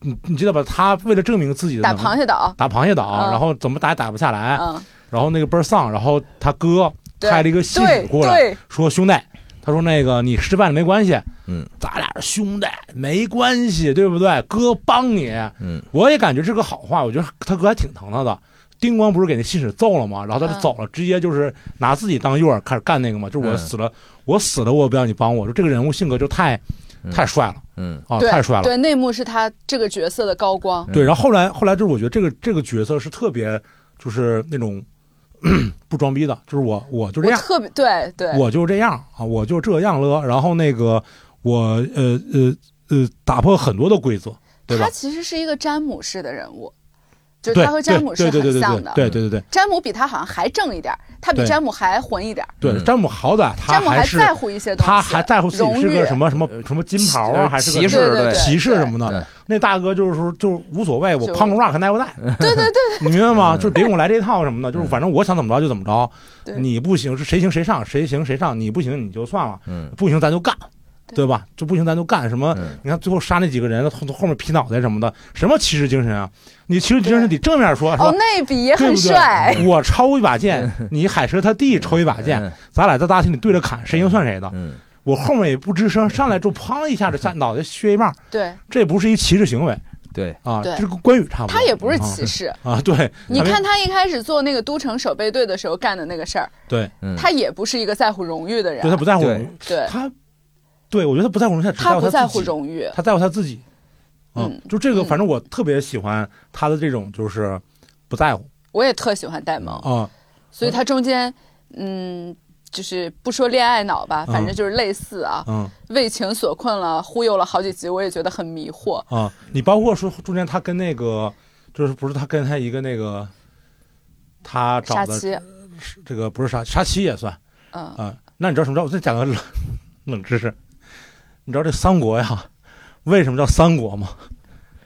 你你知道吧？他为了证明自己的打能力螃蟹岛，打螃蟹岛，嗯然后怎么打也打不下来，嗯，然后那个倍儿丧，然后他哥对开了一个戏对骨过来，对，说兄弟，他说那个你失败了没关系，嗯，咱俩是兄弟没关系，对不对？哥帮你，嗯，我也感觉这个好话，我觉得他哥还挺疼他的。丁光不是给那信使揍了吗？然后他就嗯走了，直接就是拿自己当诱饵开始干那个嘛，就是我嗯死了，我死了，我也不要你帮我。就这个人物性格就太嗯太帅了嗯，啊，对太帅了。对，内幕是他这个角色的高光。对，然后后来后来就是我觉得这个这个角色是特别就是那种 不装逼的，就是我我就这我样，特别对对，我就这样啊，我就这样了。然后那个我呃呃呃，打破很多的规则，对吧他？其实是一个詹姆式的人物，就对对是他和詹姆是对对对对很像的。对对对对詹姆比他好像还正一点儿，他比对詹姆还混一点儿，对嗯对，詹姆好歹他詹姆还还是在乎一些东西，他还在乎自己荣是誉个什么什么什么金袍啊，还是呃骑个什么士对对对骑士什么对的。那大哥就是说就是无所谓，我就胖不胖可耐不 耐，对对对你明白吗？嗯就是别跟我来这套什么的，就是嗯反正我想怎么着就怎么着，对你不行是谁行谁上，谁行谁上，你不行你就算了，嗯不行咱就干对对吧？这不行咱就干什么？嗯你看最后杀那几个人，后后面劈脑袋什么的，什么骑士精神啊？你骑士精神得正面说，说 哦，那笔也对很不对帅，我抽一把剑，嗯你海蛇他弟抽一把剑，咱俩在大厅里对着砍，谁赢算谁的。嗯，我后面也不吱声，上来之后砰一下子下脑袋削一半，对这不是一歧视行为对，啊，对这跟关羽差不多。他也不是啊歧视。啊，对，你咱们看他一开始做那个都城守备队的时候干的那个事儿，对，嗯他也不是一个在乎荣誉的人对他，不在乎对对他，对我觉得他不在乎荣誉，只在他乎不自在乎己，荣誉，他在乎他自己。啊嗯就这个，嗯反正我特别喜欢他的这种就是不在乎我也特喜欢戴蒙，啊，所以他中间，嗯，就是不说恋爱脑吧，嗯反正就是类似啊，嗯为情所困了，忽悠了好几集，我也觉得很迷惑。啊，你包括说中间他跟那个，就是不是他跟他一个那个，他找杀的妻，这个不是杀杀妻也算嗯，啊。那你知道什么叫？我再讲个冷冷知识，你知道这三国呀，为什么叫三国吗？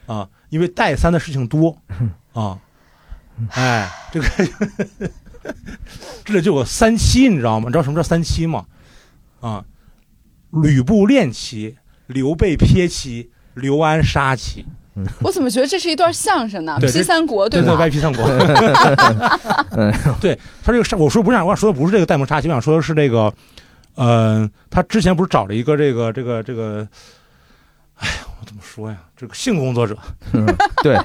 啊，因为带三的事情多啊。哎，这个这里就有个三妻，你知道吗？你知道什么叫三妻吗？啊，吕布恋妻，刘备撇妻，刘安杀妻。我怎么觉得这是一段相声呢？对西三国对吧？歪批三国。对他这个杀，我说不是，我想说的不是这个戴蒙杀妻，我想说的是这个，嗯，他之前不是找了一个这个这个这个，哎呀，我怎么说呀？这个性工作者对，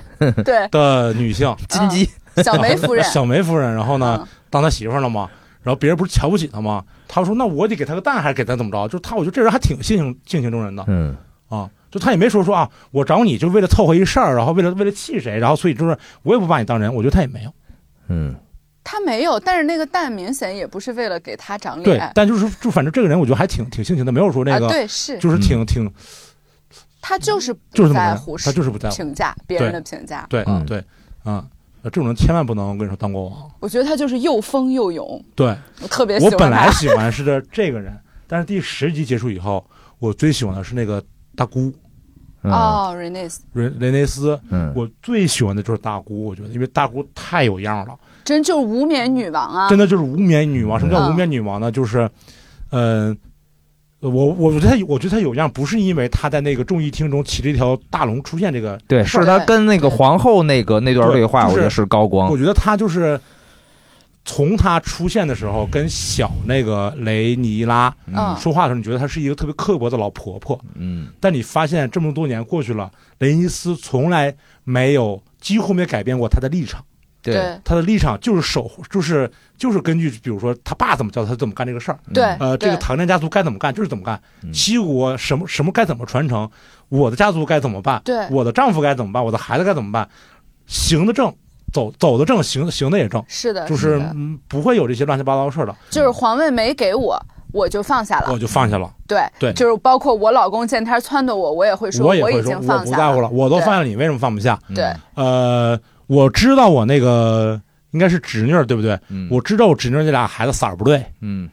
对，嗯的女性，金鸡，小梅夫 人，嗯小梅夫人，然后呢，当他媳妇儿了嘛。然后别人不是瞧不起他吗？他说：“那我得给他个蛋，还是给他怎么着？”就是他，我觉得这人还挺性情性情中人的嗯啊。就他也没说说啊，我找你就为了凑合一事儿，然后为了为了气谁，然后所以就是我也不把你当人。我觉得他也没有。嗯他没有，但是那个蛋明显也不是为了给他长对脸，啊，但就是就反正这个人，我觉得还挺挺性情的，没有说那个，对，是就是嗯挺挺他就是就是这么不在干乎，他就是不在乎，评价别人的评价，对嗯对，啊，这种人千万不能，我跟你说，当国王。我觉得他就是又疯又勇，对我特嗯别喜我欢他。本来喜欢是这这个人，但是第十集结束以后，我最喜欢的是那个大姑嗯哦 r e n e s 雷雷内斯，嗯，我最喜欢的就是大姑，我觉得，因为大姑太有样了，真就是无冕女王啊真！的就是无冕女王。什么叫嗯无冕女王呢？就是，嗯。我我觉得他，我觉得他有样，不是因为他在那个众议厅中骑着一条大龙出现这个对，事儿是他跟那个皇后那个那段对话，对我就是觉得是高光嗯我。觉得他就是从他出现的时候，跟小那个雷尼拉嗯说话的时候，你觉得她是一个特别刻薄的老婆婆，嗯但你发现这么多年过去了，雷尼斯从来没有几乎没改变过他的立场，对他的立场就是守护，就是就是根据比如说他爸怎么教他怎么干这个事儿，对呃，这个对唐战家族该怎么干就是怎么干，嗯七国什么什么该怎么传承，我的家族该怎么办，对我的丈夫该怎么办，我的孩子该怎么办，行得正，走走得正，行行得也正。呃是的，就是是的嗯，不会有这些乱七八糟的事儿了，就是皇位没给我，我就放下了我。就放下了。对对就是包括我老公见天撺掇我，我也会说也已会说，经我放不下在乎了，我都对放下了，你为什么放不下？嗯对呃，我知道我那个应该是侄女儿，对不对？嗯我知道我侄女儿这俩孩子色儿不对，嗯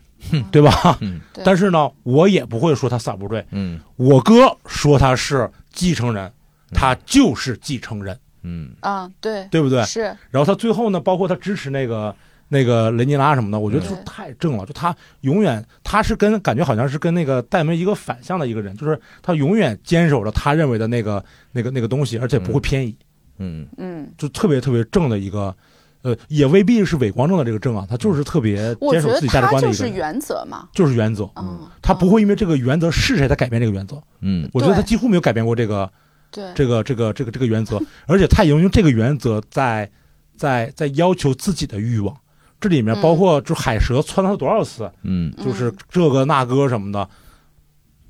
对吧？嗯对 但是呢，我也不会说他色儿不对。嗯我哥说他是继承人，他就是继承人，嗯啊，对对不对？是然后他最后呢，包括他支持那个那个雷尼拉什么的，我觉得嗯就太正了，就他永远他是跟感觉好像是跟那个戴蒙一个反向的一个人，就是他永远坚守着他认为的那个那个那个东西，而且不会偏移，嗯嗯。就特别特别正的一个。呃，也未必是伪光正的这个正啊，他就是特别嗯我坚觉守得自己价值他观的就一个是人，原则嘛，就是原则，嗯，他不嗯会因为这个原则是谁，他改变这个原则。嗯我觉得他对几乎没有改变过这个对这个这个这个这个原则，而且他也用这个原则在在在要求自己的欲望。这里面包括就海蛇窜他多少次，嗯就是这个那个什么的，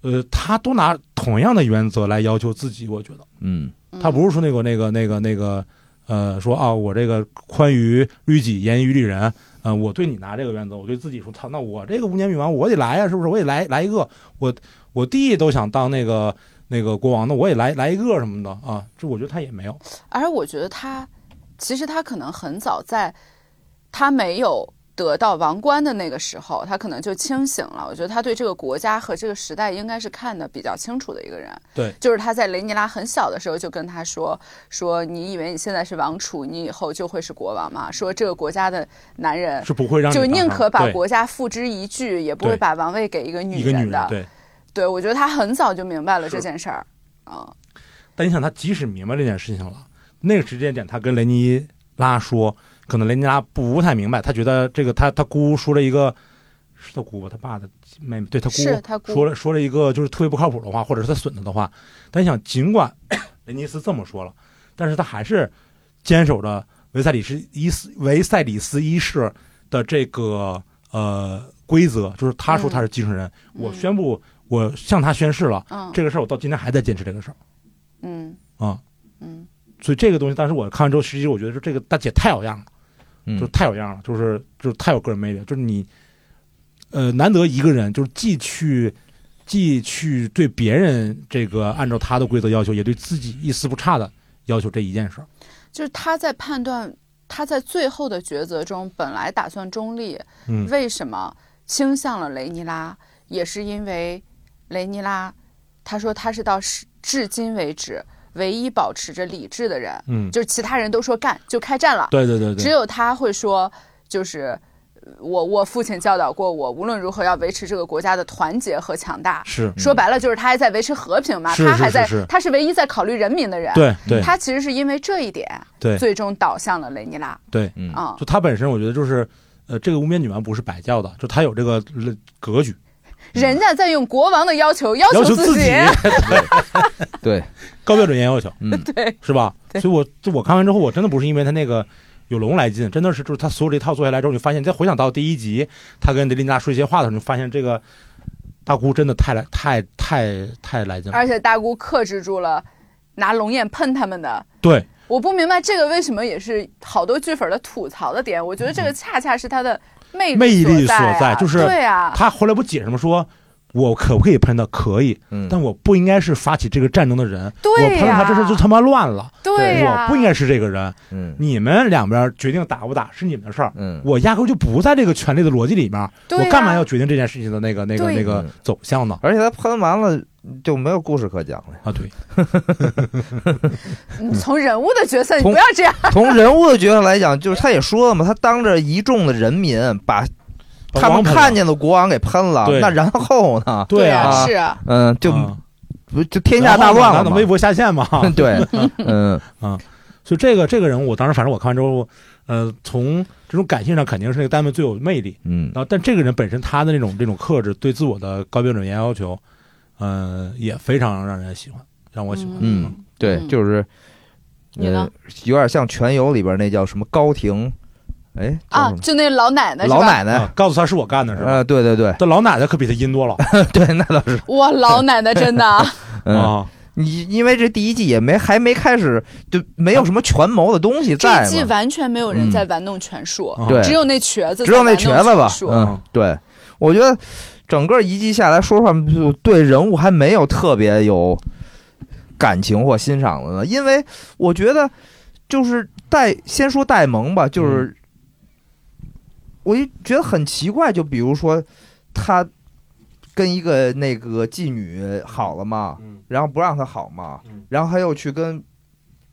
呃，他都拿同样的原则来要求自己。我觉得嗯他不是说那个那个那个那个，呃，说啊，我这个宽于律己，严于律人。呃，我对你拿这个原则，我对自己说，操，那我这个无年女王我得来呀、是不是？我也来来一个，我我弟都想当那个那个国王，那我也来来一个什么的啊？这我觉得他也没有，而我觉得他，其实他可能很早在他没有得到王冠的那个时候，他可能就清醒了。我觉得他对这个国家和这个时代应该是看得比较清楚的一个人。对，就是他在雷尼拉很小的时候就跟他说：“说你以为你现在是王储，你以后就会是国王吗？说这个国家的男人是不会让你就当宁上可把对国家付之一炬，也不会对把王位给一个一女个女人人的。对对，我觉得他很早就明白了这件事儿啊。但你想，他即使明白这件事情了，那个时间点，他跟雷尼拉说，可能雷尼拉不不太明白，他觉得这个他他姑说了一个，是他姑吧，他爸的妹妹，对他是他姑说了说了一个就是特别不靠谱的话，或者是他损他的话。但你想，尽管 雷尼斯这么说了，但是他还是坚守着维赛里斯一世维赛里斯一世的这个呃规则，就是他说他是继承人，嗯我宣布我向他宣誓了，嗯这个事儿我到今天还在坚持这个事儿。嗯啊嗯所以这个东西，当时我看完之后，实际我觉得说这个大姐太有样了，嗯就太有样了，就是就是太有个人魅力了，就是你，呃，难得一个人就是既去既去对别人这个按照他的规则要求，也对自己一丝不差的要求这一件事儿。就是他在判断他在最后的抉择中，本来打算中立，嗯为什么倾向了雷尼拉，也是因为雷尼拉，他说他是到是至今为止唯一保持着理智的人，嗯，就是其他人都说干就开战了，对对对只对，有他会说，就是呃我我父亲教导过我，无论如何要维持这个国家的团结和强大。是，嗯说白了就是他还在维持和平嘛，是他是还是在是他是唯一在考虑人民的人。对对他其实是因为这一点，对最终导向了雷尼拉。对，嗯啊、就他本身，我觉得就是。呃，这个无冕女王不是白教的，就她有这个呃格局，人家在用国王的要求要要求自己 对，高标准严要求。嗯，是吧？所以我就我看完之后，我真的不是因为他那个有龙来劲，真的是就是他所有这套做下来之后，你发现，你再回想到第一集他跟雷琳达说一些话的时候，你发现这个大姑真的太来太太太来劲了。而且大姑克制住了拿龙眼喷他们的。对，我不明白这个为什么也是好多剧粉的吐槽的点，我觉得这个恰恰是他的魅嗯魅力力所在,、啊在就是对啊，他后来不解释吗？说我可不可以喷他？可以，嗯但我不应该是发起这个战争的人。对我喷他呀这事就他妈乱了。对呀、我不应该是这个人，嗯你们两边决定打不打是你们的事儿，嗯，我压根就不在这个权力的逻辑里面，对呀我干嘛要决定这件事情的那个那个对那个嗯走向呢？而且他喷完了就没有故事可讲 了。啊，对，嗯你从人物的角色，你从不要这样。从人物的角度来讲，就是他也说了嘛，他当着一众的人民把把他王们喷看了见的国王给喷了对，那然后呢？对啊是啊，嗯，就啊不就天下大乱然了后呢嘛 微？博下线嘛。 对，啊 嗯所以这个这个人物，我当时反正我看完之后，呃，从这种感性上肯定是那个单位最有魅力。嗯然后，但这个人本身他的那种这种克制，对自我的高标准严要求，嗯、也非常让人喜欢，让我喜欢。嗯，对，嗯就是你呢呃有点像《全游》里边那叫什么高庭，哎，叫啊什，嗯么就那老奶奶是吧？老奶奶啊，告诉他是我干的是吧？啊，对对 对但老奶奶可比他阴多了对，那倒是，哇，老奶奶真的， 嗯，啊！你因为这第一季也没还没开始，就没有什么权谋的东西这在季嘛，完全没有人在玩弄权术，嗯对只有那瘸子，只有那瘸子吧，嗯嗯，对，我觉得整个一季下来，说实话，就对人物还没有特别有感情或欣赏的呢，因为我觉得就是戴，先说戴蒙嗯吧，就是、我就觉得很奇怪，就比如说他跟一个那个妓女好了嘛，嗯然后不让他好嘛嗯，然后他又去跟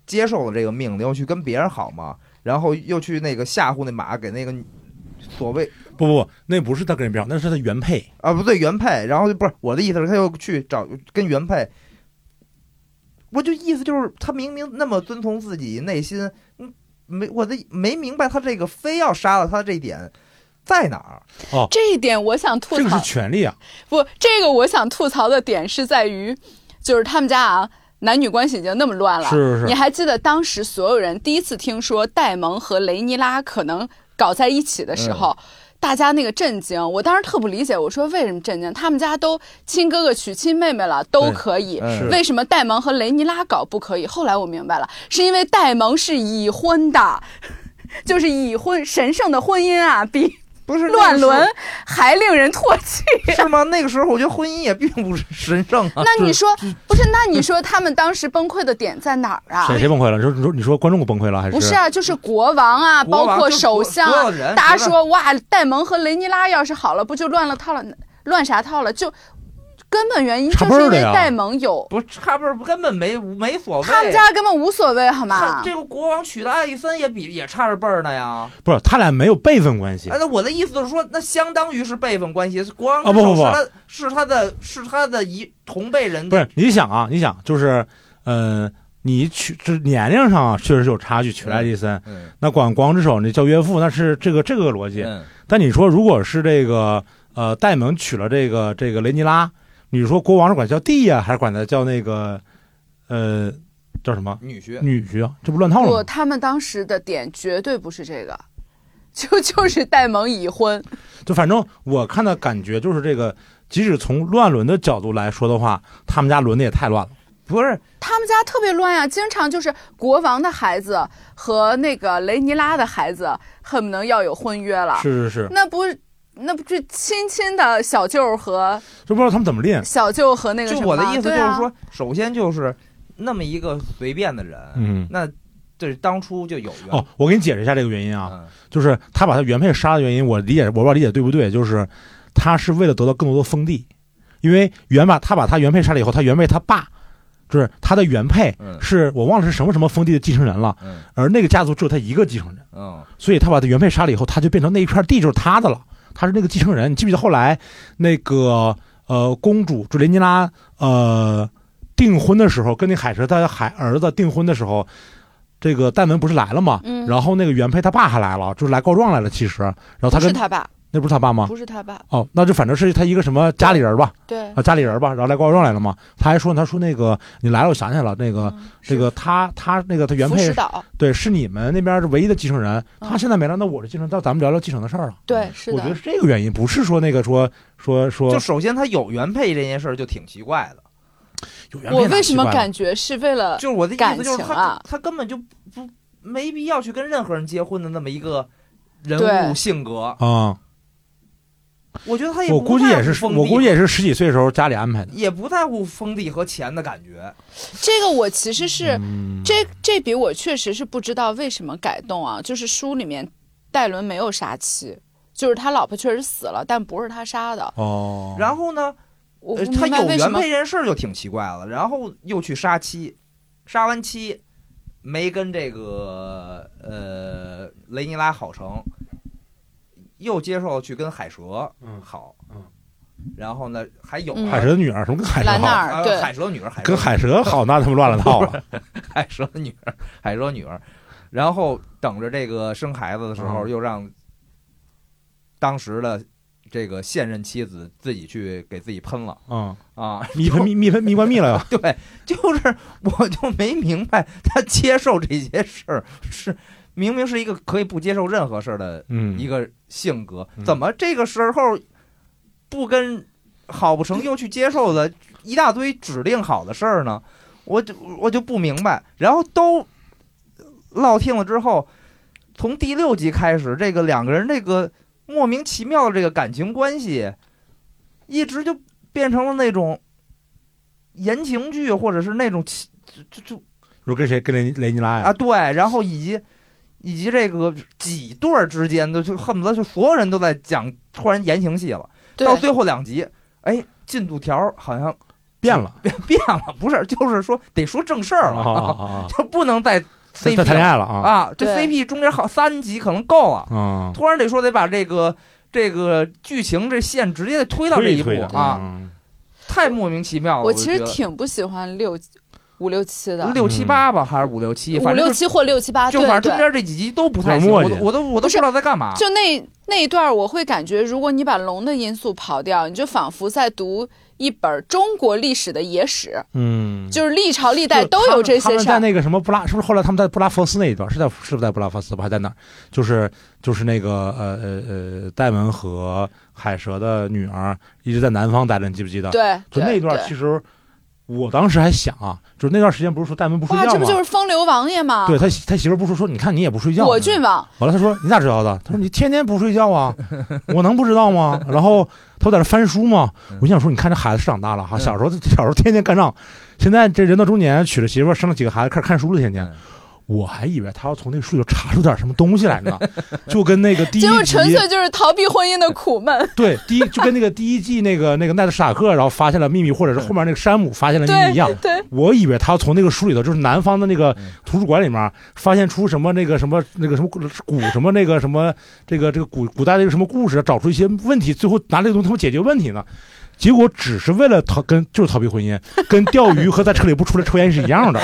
接受了这个命令，又去跟别人好嘛，然后又去那个吓唬那马，给那个所谓不不不，那不是他跟人比较，那是他原配。啊不对原配，然后就不是我的意思是他又去找跟原配，我就意思就是他明明那么遵从自己内心，嗯，没我的没明白他这个非要杀了他这一点在哪儿？这一点我想吐这个槽是，权利啊！不，这个我想吐槽的点是在于，就是他们家啊，男女关系已经那么乱了。是是你是，还记得当时所有人第一次听说戴蒙和雷尼拉可能搞在一起的时嗯候，大家那个震惊，我当时特不理解，我说为什么震惊？他们家都亲哥哥娶亲妹妹了，都对可以。嗯是为什么戴蒙和雷尼拉搞不可以？后来我明白了，是因为戴蒙是已婚的， 就是已婚神圣的婚姻 啊，比不是乱伦还令人唾弃。是吗？那个时候我觉得婚姻也并不是神圣啊。那你说不是？那你说他们当时崩溃的点在哪儿 啊？谁谁崩溃了？你说你说你说观众崩溃了还是？不是啊，就是国王 啊，国王包括就是首相所啊有，人大家觉得说哇，戴蒙和雷尼拉要是好了，不就乱了套了，乱啥套了？就根本原因插就辈是儿因的为呀戴蒙有，不是差辈儿根本没没所谓。他们家根本无所谓，好他吗？这个国王娶的艾丽森也比也差着辈儿呢呀。不是他俩没有辈分关系哎，，那我的意思是说，那相当于是辈分关系，是国王啊不不不是他是他的是他的一同辈人，不是你想啊，你想就是，呃，你娶这年龄上啊确实有差距，娶了爱迪森，嗯那管光之手那叫岳父，那是这个这个逻辑。嗯但你说如果是这个呃戴蒙娶了这个这个雷尼拉，你说国王是管叫弟呀、还是管他叫那个呃叫什么嗯女婿，女婿啊？这不乱套不，了吗？他们当时的点绝对不是这个， 就 就是戴蒙已婚，就反正我看的感觉就是这个，即使从乱伦的角度来说的话，他们家轮的也太乱了。不是他们家特别乱呀、经常就是国王的孩子和那个雷尼拉的孩子恨不能要有婚约啊了，是是是，那不那不就亲亲的小舅和就不知道他们怎么练。小舅和那个就什么？我的意思就对是啊说，，首先就是那么一个随便的人，嗯，那这当初就有缘哦，我给你解释一下这个原因啊。嗯就是他把他原配杀的原因，我理解，我不知道理解对不对，就是他是为了得到更多的封地，因为原把他把他原配杀了以后，他原配他爸就是他的原配嗯是我忘了是什么什么封地的继承人了，嗯而那个家族只有他一个继承人，嗯所以他把他原配杀了以后，他就变成那一片地就是他的了，他是那个继承人。你记不记得后来那个呃公主朱莲妮拉呃订婚的时候，跟那海蛇他的海儿子订婚的时候，这个戴文不是来了吗？嗯，然后那个原配他爸还来了，就是来告状来了。其实，然后他不是跟他爸，那不是他爸吗？不是他爸，哦，那就反正是他一个什么家里人吧，对，啊家里人吧，然后来告状来了嘛。他还说呢，他说那个你来了，我想起来了，那个嗯呃这个他他那个他是原福配石岛，对是你们那边是唯一的继承人，嗯他现在没了，那我是继承，那咱们聊聊继承的事儿了。对，是我觉得的，是这个原因，不是说那个说说说就首先他有原配这件事儿就挺奇怪的，有原配哪我为什奇么怪了感觉是为了就是我的意思就是感他、情啊他根本就不没必要去跟任何人结婚的那么一个人对物性格，啊、我觉得他也我不估计在也乎是封我地估和计也是十几岁的时候家里安排的。也不在乎封地和钱的感觉，这个？我其实是嗯这这笔我确实是不知道为什么改动啊，就是书里面戴伦没有杀妻，就是他老婆确实死了，但不是他杀的。哦，然后呢，我呃不他明白有为什原么配这件事儿就挺奇怪了，然后又去杀妻，杀完妻没跟这个呃雷尼拉好成，又接受去跟海蛇嗯好，嗯然后呢还有嗯海蛇的女儿什么跟海蛇兰纳好，尔啊对海蛇的女儿，海蛇跟海蛇好，那他们乱了套了。 海蛇的女儿，海蛇女儿，然后等着这个生孩子的时候，嗯又让当时的这个现任妻子自己去给自己喷了嗯，啊，蜜喷蜜蜜喷蜜关蜜了呀。对，就是我就没明白他接受这些事儿是明明是一个可以不接受任何事儿的嗯一个性格，嗯怎么这个时候不跟好不成又去接受了一大堆指令好的事儿呢？我就我就不明白。然后都落听了之后，从第六集开始，这个两个人这个莫名其妙的这个感情关系，一直就变成了那种言情剧，或者是那种情就就说跟谁跟雷雷尼拉呀？啊，对，然后以及以及这个几对儿之间的，就恨不得就所有人都在讲突然言情戏了。对到最后两集，哎，进度条儿好像 变了，变了，不是，就是说得说正事儿了，啊啊！ 就不能再在 CP 谈恋了爱了啊啊，这对 CP 中间好三集可能够了，啊！突然得说得把这个。这个剧情这线直接推到这推一一步推的啊，！嗯太莫名其妙了。我我其实觉得挺不喜欢六五六七的，六七嗯八吧，还是五六七，五反正六就七或六七八，就对反正对中间这几集都不太有行，墨我都迹我都我都不不是知道在干嘛。就那那一段儿，我会感觉，如果你把龙的因素刨掉，你就仿佛在读一本中国历史的野史，嗯，就是历朝历就代是都有这他些们事在儿。那个什么布拉，是不是后来他们在布拉佛斯那一段是在是不是在布拉佛斯吧？还在哪儿？就是就是那个呃呃呃，戴文和海蛇的女儿一直在南方待着，你记不记得？对，就那对一段，对其实我当时还想啊，就是那段时间不是说戴文不睡哇，觉这不吗就？是风流王爷吗？对他媳他媳妇儿不是说，你看你也不睡觉，果郡王，完了，他说：“你咋知道的？”他说：“你天天不睡觉啊，我能不知道吗？” 然后他不在那翻书吗嗯？我想说，你看这孩子长大了哈，嗯小时候小时候天天干仗，现在这人到中年娶了媳妇儿，生了几个孩子，开始看书了，天天。我还以为他要从那个书里头查出点什么东西来呢，就跟那个第一集结果纯粹 就是逃避婚姻的苦闷。对第一就跟那个第一季那个那个奈特史塔克然后发现了秘密，或者是后面那个山姆发现了秘密一样对。对，我以为他要从那个书里头，就是南方的那个嗯图书馆里面，发现出什么那个什么那个什么古什么那个什么这个这个古古代的一个什么故事，找出一些问题，最后拿这个东西他们解决问题呢。结果只是为了逃跟就是逃避婚姻，跟钓鱼和在车里不出来抽烟是一样的，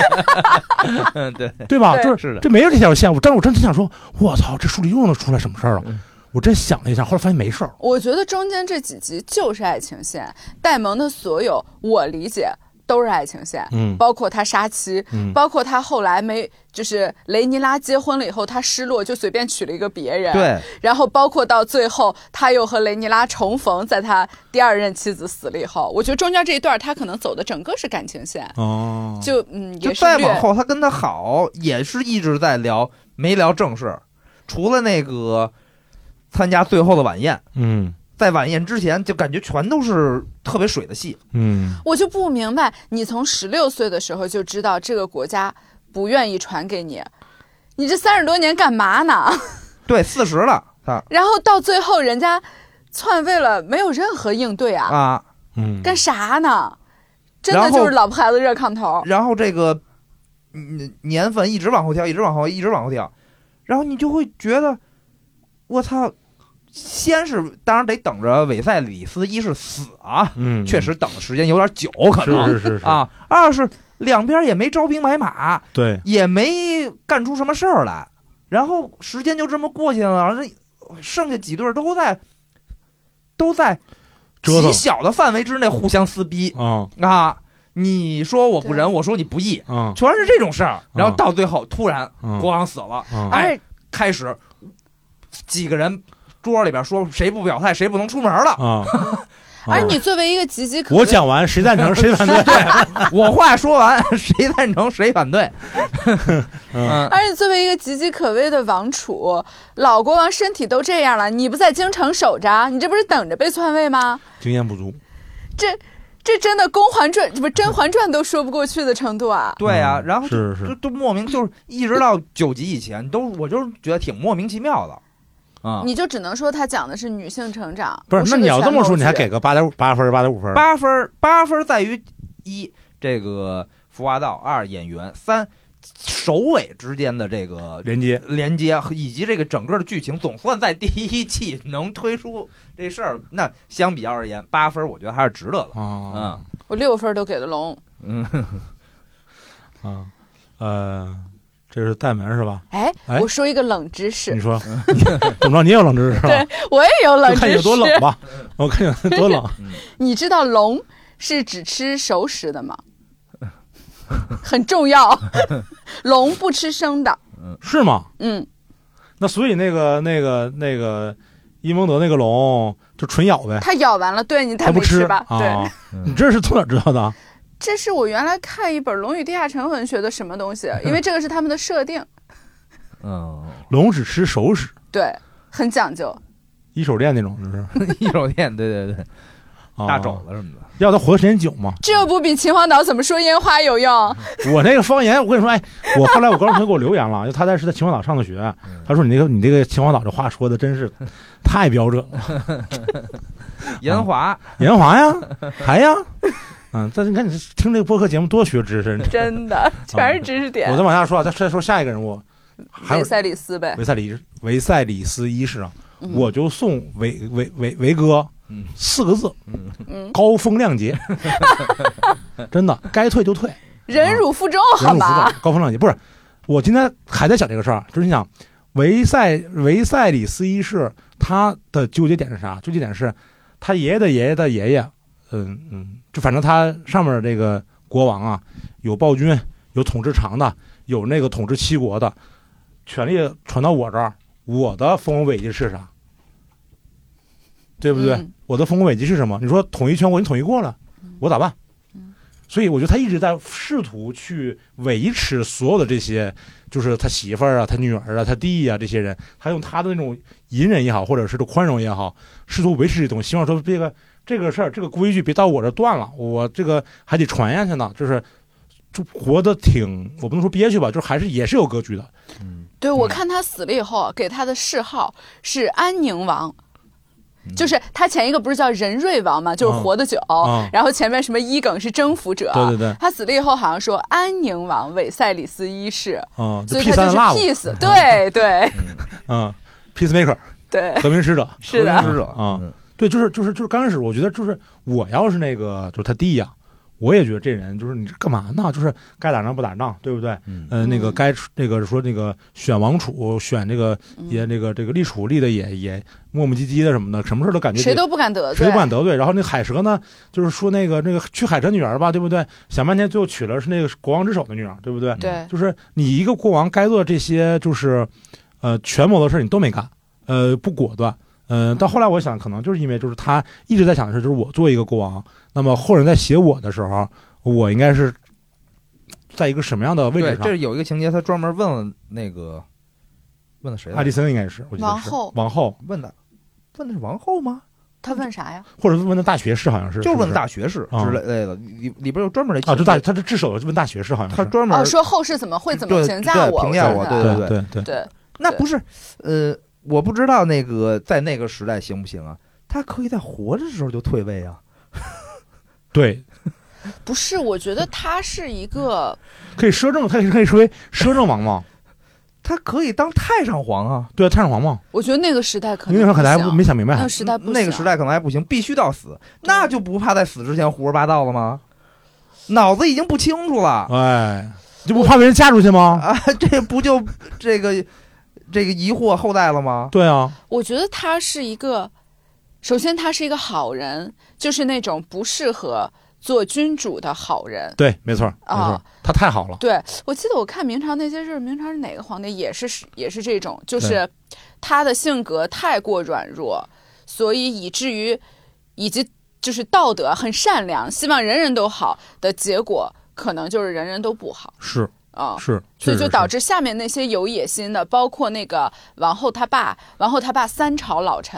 嗯，对， 对吧？对就是是的，这没有这条线，我但是我真挺想说，我操，这书里又能出来什么事儿嗯了？我真想了一下，后来发现没事儿。我觉得中间这几集就是爱情线，戴蒙的所有我理解都是爱情线，嗯包括他杀妻，嗯，包括他后来没就是雷尼拉结婚了以后，他失落就随便娶了一个别人，，对，然后包括到最后他又和雷尼拉重逢，在他第二任妻子死了以后，我觉得中间这一段他可能走的整个是感情线，哦，就嗯就也是再略往后，他跟他好也是一直在聊，没聊正事，除了那个参加最后的晚宴，嗯在晚宴之前就感觉全都是特别水的戏，嗯我就不明白，你从十六岁的时候就知道这个国家不愿意传给你，你这三十多年干嘛呢？ 对，四十了他然后到最后人家篡位了，没有任何应对啊，啊，嗯，干啥呢？真然的后就是老婆孩子热炕头。然后这个嗯年份一直往后跳，一直往后，一直往后跳，然后你就会觉得，我操！先是当然得等着韦塞里斯一是死啊，嗯确实等的时间有点久，可能是是是是，啊；二是两边也没招兵买马，对，也没干出什么事儿来。然后时间就这么过去了，然后剩下几对儿都在都在折腾极小的范围之内互相撕逼啊啊！你说我不仁，我说你不义，啊全是这种事儿。然后到最后突然嗯国王死了，哎啊而且开始几个人桌里边说谁不表态谁不能出门了。 啊！哎而哎你作为一个岌岌可 我讲完，谁赞成谁反对？我话说完，谁赞成谁反对。嗯 嗯，而且作为一个岌岌可危的王储，老国王身体都这样了，你不在京城守着，你这不是等着被篡位吗？经验不足，这真的《公环传》不《甄嬛传》都说不过去的程度啊！对呀、嗯，然后就是就是都莫名就是一直到九级以前都，我就是觉得挺莫名其妙的啊。你就只能说他讲的是女性成长，不是？是那个你要这权么谋说，你还剧给个八点五八分儿、八点五分儿？八分儿八分儿在于一这个服化道，二演员，三首尾之间的这个连接，连接，以及这个整个的剧情，总算在第一季能推出这事儿。那相比较而言，八分儿我觉得还是值得的。啊嗯我六分都给了龙。嗯，啊呃，这是戴门是吧？哎，哎我说一个冷知你识，说怎么着？你也有冷知识是吧？我也有冷就看你知有识。多冷吧，我看你有多冷。你知道龙是只吃熟食的吗？ 很重 要，龙不吃生的。是吗？嗯，那所以那个那个那个伊蒙德那个龙就纯咬呗，它咬完了，对你它还不没吃吧？对，啊？你这是从哪知道的啊？这是我原来看一本《龙与地下城》文学的什么东 西，因为这个是他们的设定，嗯，龙只吃熟食，对，很讲嗯究。一手链那种，就是啊一手电，对对对，大肘肘，子什么的。要它活的时间久 嘛。这不比秦皇岛怎么说烟花有用？我那个方言，我跟你说，哎，我后来我高中同学给我留言了，就他在是在秦皇岛上的学，嗯他说你那个你这个秦皇岛这话说的真是太标准了，延华，延华 呀，还呀，嗯，但是你看你听这个播客节目多学知识。真的全是知识点嗯我。再往下说啊，再再说下一个人物，还维有塞里斯呗，维塞里维塞里斯一世啊，嗯我就送维维维维哥嗯四个字，嗯嗯高风亮节， 真的该退就退，忍辱负重，啊好忍辱负吧？重，高嗯风亮节不是。我今天还在想这个事儿，就是你想维塞维塞里斯一世他的纠结点是啥？纠结点是他爷爷的爷爷的爷爷，嗯嗯，就反正他上面这个国王啊，有暴君，有统治长的，有那个统治七国的，权力传到我这儿，我的丰功伟绩是啥？对不对？嗯我的丰功伟绩是什么？你说统一全国，你统一过了，我咋办？所以我觉得他一直在试图去维持所有的这些，就是他媳妇儿啊、他女儿啊、他弟啊这些人，他用他的那种隐忍也好，或者是这宽容也好，试图维持这种，希望说这个这个事儿、这个规矩别到我这儿断了，我这个还得传下去呢。就是就活得挺，我不能说憋屈吧，就是还是也是有格局的。对，我嗯看他死了以后，给他的谥号是安宁王，就是他前一个不是叫仁瑞王嘛，就是活得久，嗯然后前面什么一梗是征服者，啊对对对他死了以后好像说安宁王韦塞里斯一世，嗯，就所以 P 三他就的是 love， peace，对对嗯，peacemaker 对，和平使者，是和的平，使者啊嗯对，就是就是就是刚开始，我觉得就是我要是那个就是他弟呀、我也觉得这人就是你这干嘛呢？就是该打仗不打仗，对不对？嗯呃，那个嗯该出那个说那个选王储，选这个也嗯那个这个立储立的也也磨磨唧唧的什么的，什么事儿都感觉谁得都不敢得谁罪都不，敢得罪。然后那海蛇呢，就是说那个那个去海蛇女儿吧，对不对？想半天最后娶了是那个国王之手的女儿，对不对？对，就是你一个国王该做的这些就是，呃，权谋的事儿你都没干，呃，不果断。嗯、到后来我想，可能就是因为就是他一直在想的是，就是我做一个国王，那么后人在写我的时候，我应该是在一个什么样的位对置，上这？是有一个情节，他专门问了那个问了谁来着？爱迪森应该是，我记得是王后王后，问的问的是王后吗？他问啥呀？或者是问的大学士，好像是，就是问不是大学士啊之类类的，里里边有专门的啊，就大，他这至首是问大学士，好像他是，专门哦，说后世怎么会怎么对评价对我？评价是我吧对对对对，对，那不是，呃，我不知道那个在那个时代行不行啊？他可以在活着的时候就退位啊。对，不是，我觉得他是一个，可以摄政，他也是可以说摄政王嘛，他可以当太上皇啊， 对，太上皇嘛，我觉得那个时代可因能为可能还不不行没想明白那还个，时代不那个行时代可能还不行，必须到死，那就不怕在死之前胡说八道了吗？脑子已经不清楚了哎，这不怕被人嫁出去吗？啊，这 不就这个这个疑惑后代了吗？对啊，我觉得他是一个，首先他是一个好人，就是那种不适合做君主的好人。对，没错，没错啊，他太好了，对我记得我看明朝那些事儿，明朝是哪个皇帝也是也是这种，就是他的性格太过软弱，所以以至于以及就是道德很善良，希望人人都好的结果，可能就是人人都不好是啊。是，所以就导致致下面那些有野心的，包括那个王后他爸，王后他爸三朝老臣，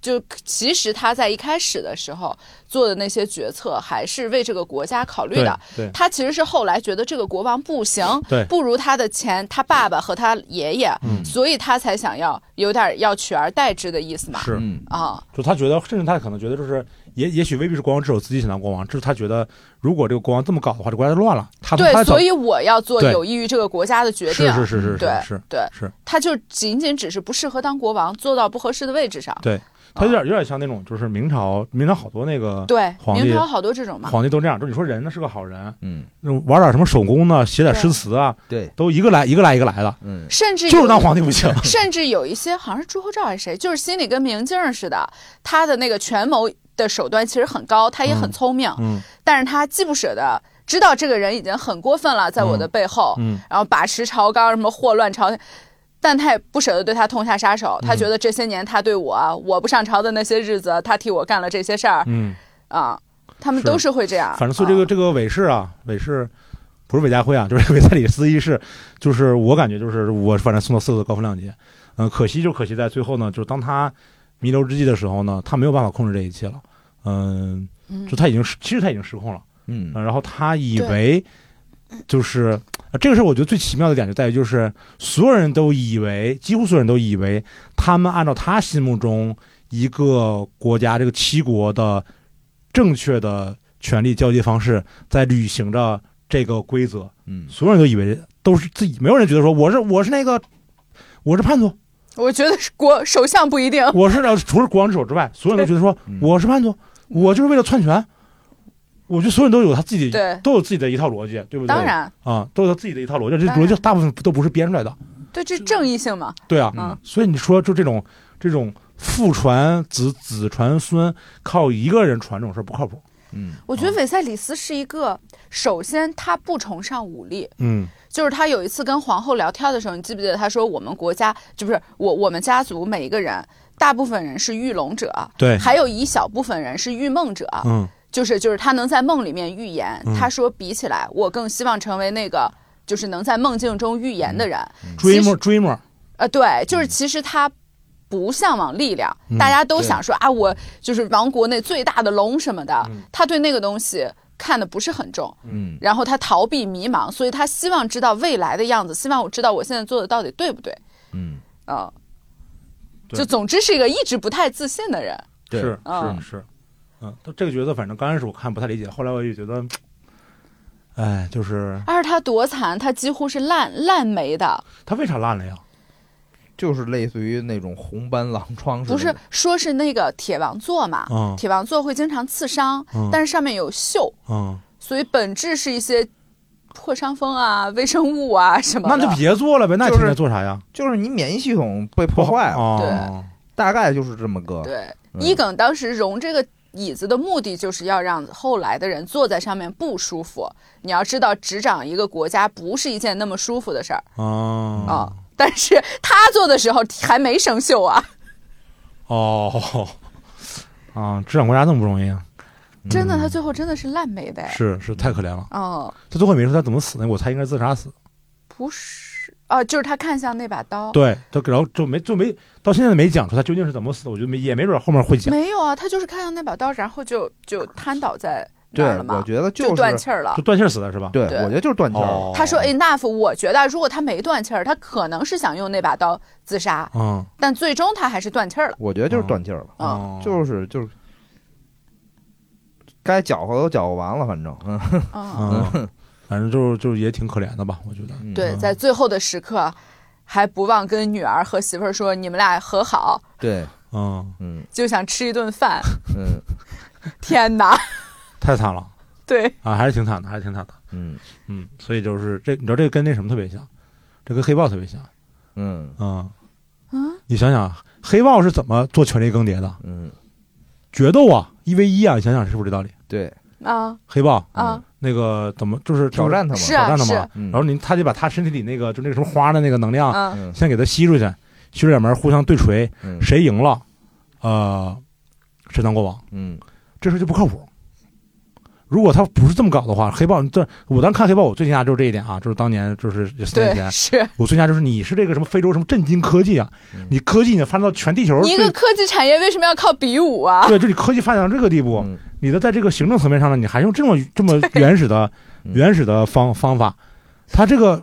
就其实他在一开始的时候做的那些决策，还是为这个国家考虑对的。对他其实是后来觉得这个国王不行对，不如他的前他爸爸和他爷爷，嗯所以他才想要有点要取而代之的意思嘛。是，嗯，啊，就他觉得，甚至他可能觉得就是也也许未必是国王之手自己想当国王，就是他觉得如果这个国王这么搞的话，这国家就乱了，他对他，所以我要做对有益于这个国家的决定是。是是是对是是，对，是他就仅仅只是不适合当国王，坐到不合适的位置上。对他有点有点像那种就是明朝明朝好多那个对，皇帝明朝好多这种嘛。皇帝都这样，就是你说人呢是个好人，嗯，那种玩点什么手工呢，写点对诗词啊，对，都一个来一个来一个来的，嗯，甚至就是有当皇帝不行，甚至有一些好像是朱厚照还是谁，就是心里跟明镜儿似的，他的那个权谋的手段其实很高，他也很聪明， 嗯但是他既不舍得知道这个人已经很过分了，在我的背后，嗯，然后把持朝纲，什么祸乱朝廷。但他也不舍得对他痛下杀手，他嗯觉得这些年他对我，我不上朝的那些日子，他替我干了这些事儿嗯，啊，他们是都是会这样。反正所以这个、啊这个韦氏啊，韦氏不是韦家辉啊，就是韦塞里斯一世，就是我感觉就是我反正送到四个高风亮节，嗯、可惜就可惜在最后呢，就是当他弥留之际的时候呢，他没有办法控制这一切了，嗯、嗯就他已经失，其实他已经失控了，嗯呃然后他以为就是。呃这个事儿我觉得最奇妙的点就在于，就是所有人都以为，几乎所有人都以为，他们按照他心目中一个国家这个七国的正确的权力交接方式，在履行着这个规则。嗯，所有人都以为都是自己，没有人觉得说我是我是那个我是叛徒，我觉得是国首相不一定，我是除了国王之手之外，所有人都觉得说嗯我是叛徒，我就是为了篡权。我觉得所有人都有他自己对都有自己的一套逻辑，对不对？当然啊，都有他自己的一套逻辑，这当逻然辑大部分都不是编出来的，对这正义性嘛，对啊。嗯所以你说就这种这种父传子子传孙，靠一个人传这种事儿不靠谱。嗯我哦觉得韦塞里斯是一个，首先他不崇尚武力，嗯就是他有一次跟皇后聊天的时候，你记不记得他说我们国家就不是我我们家族每一个人，大部分人是御龙者，对还有一小部分人是御梦者，嗯就是就是他能在梦里面预言。嗯他说比起来，我更希望成为那个就是能在梦境中预言的人。其实，dreamer dreamer，呃，对，就是其实他不向往力量，嗯大家都想对说啊，我就是王国内最大的龙什么的，嗯他对那个东西看的不是很重，嗯然后他逃避迷茫，所以他希望知道未来的样子，希望我知道我现在做的到底对不对嗯，啊、对就总之是一个一直不太自信的人，对是嗯是是，嗯，他这个角色反正刚开始我看不太理解，后来我就觉得，哎，就是而且他多惨，他几乎是烂烂没的，他为啥烂了呀？就是类似于那种红斑狼疮似的，不是说是那个铁王座嘛，嗯铁王座会经常刺伤，嗯但是上面有锈，嗯，所以本质是一些破伤风啊、微生物啊什么那的。就别做了呗，那就是天天做啥呀？就是你免疫系统被破坏哎了，哦，大概就是这么个。对，嗯伊耿当时融这个椅子的目的就是要让后来的人坐在上面不舒服。你要知道，执掌一个国家不是一件那么舒服的事儿哦啊、但是他做的时候还没生锈啊，哦，啊，执掌国家那么不容易啊？真的，嗯他最后真的是烂没的哎。是是，太可怜了。哦，他最后也没说他怎么死的，我猜应该是自杀死。不是啊，就是他看向那把刀。对，他然后就没就没到现在没讲出他究竟是怎么死的，我觉得没也没准后面会讲，没有啊，他就是看向那把刀，然后就就瘫倒在那对儿了，我嘛，觉得就是断气儿了就。断气儿死的是吧？对，对我觉得就是断气儿了。哦，他说 enough，我觉得如果他没断气儿，他可能是想用那把刀自杀，嗯，但最终他还是断气儿了。我觉得就是断气儿了，嗯哦就是就是该搅和都搅和完了，反正嗯嗯，嗯， 反正就是就是也挺可怜的吧，我觉得。嗯对，在最后的时刻，还不忘跟女儿和媳妇儿说你们俩和好，对，嗯，嗯就想吃一顿饭。 嗯天哪，太惨了对，啊，还是挺惨的，还是挺惨的。嗯嗯，所以就是这，你知道这个跟那什么特别像，这跟黑豹特别像。嗯嗯，嗯，你想想，黑豹是怎么做权力更迭的？嗯，决斗啊，一 v 一啊，你想想是不是这道理？对，啊黑豹啊，那个怎么就是挑战，他嘛，是挑啊战他是嘛啊，嗯然后你他得把他身体里那个就那个什么花的那个能量，嗯嗯先给他吸出去，吸出两门互相对锤，嗯谁赢了，呃，谁当国王。嗯这事儿就不靠谱。如果他不是这么搞的话，黑豹这我当时看黑豹，我最惊讶就是这一点啊，就是当年就是十年对，前，是我最惊讶就是你是这个什么非洲什么震惊科技啊嗯，你科技你发展到全地球，你一个对科技产业为什么要靠比武啊？对，就你科技发展到这个地步，嗯你的在这个行政层面上呢，你还用这 么这么原始的嗯原始的方方法，他这个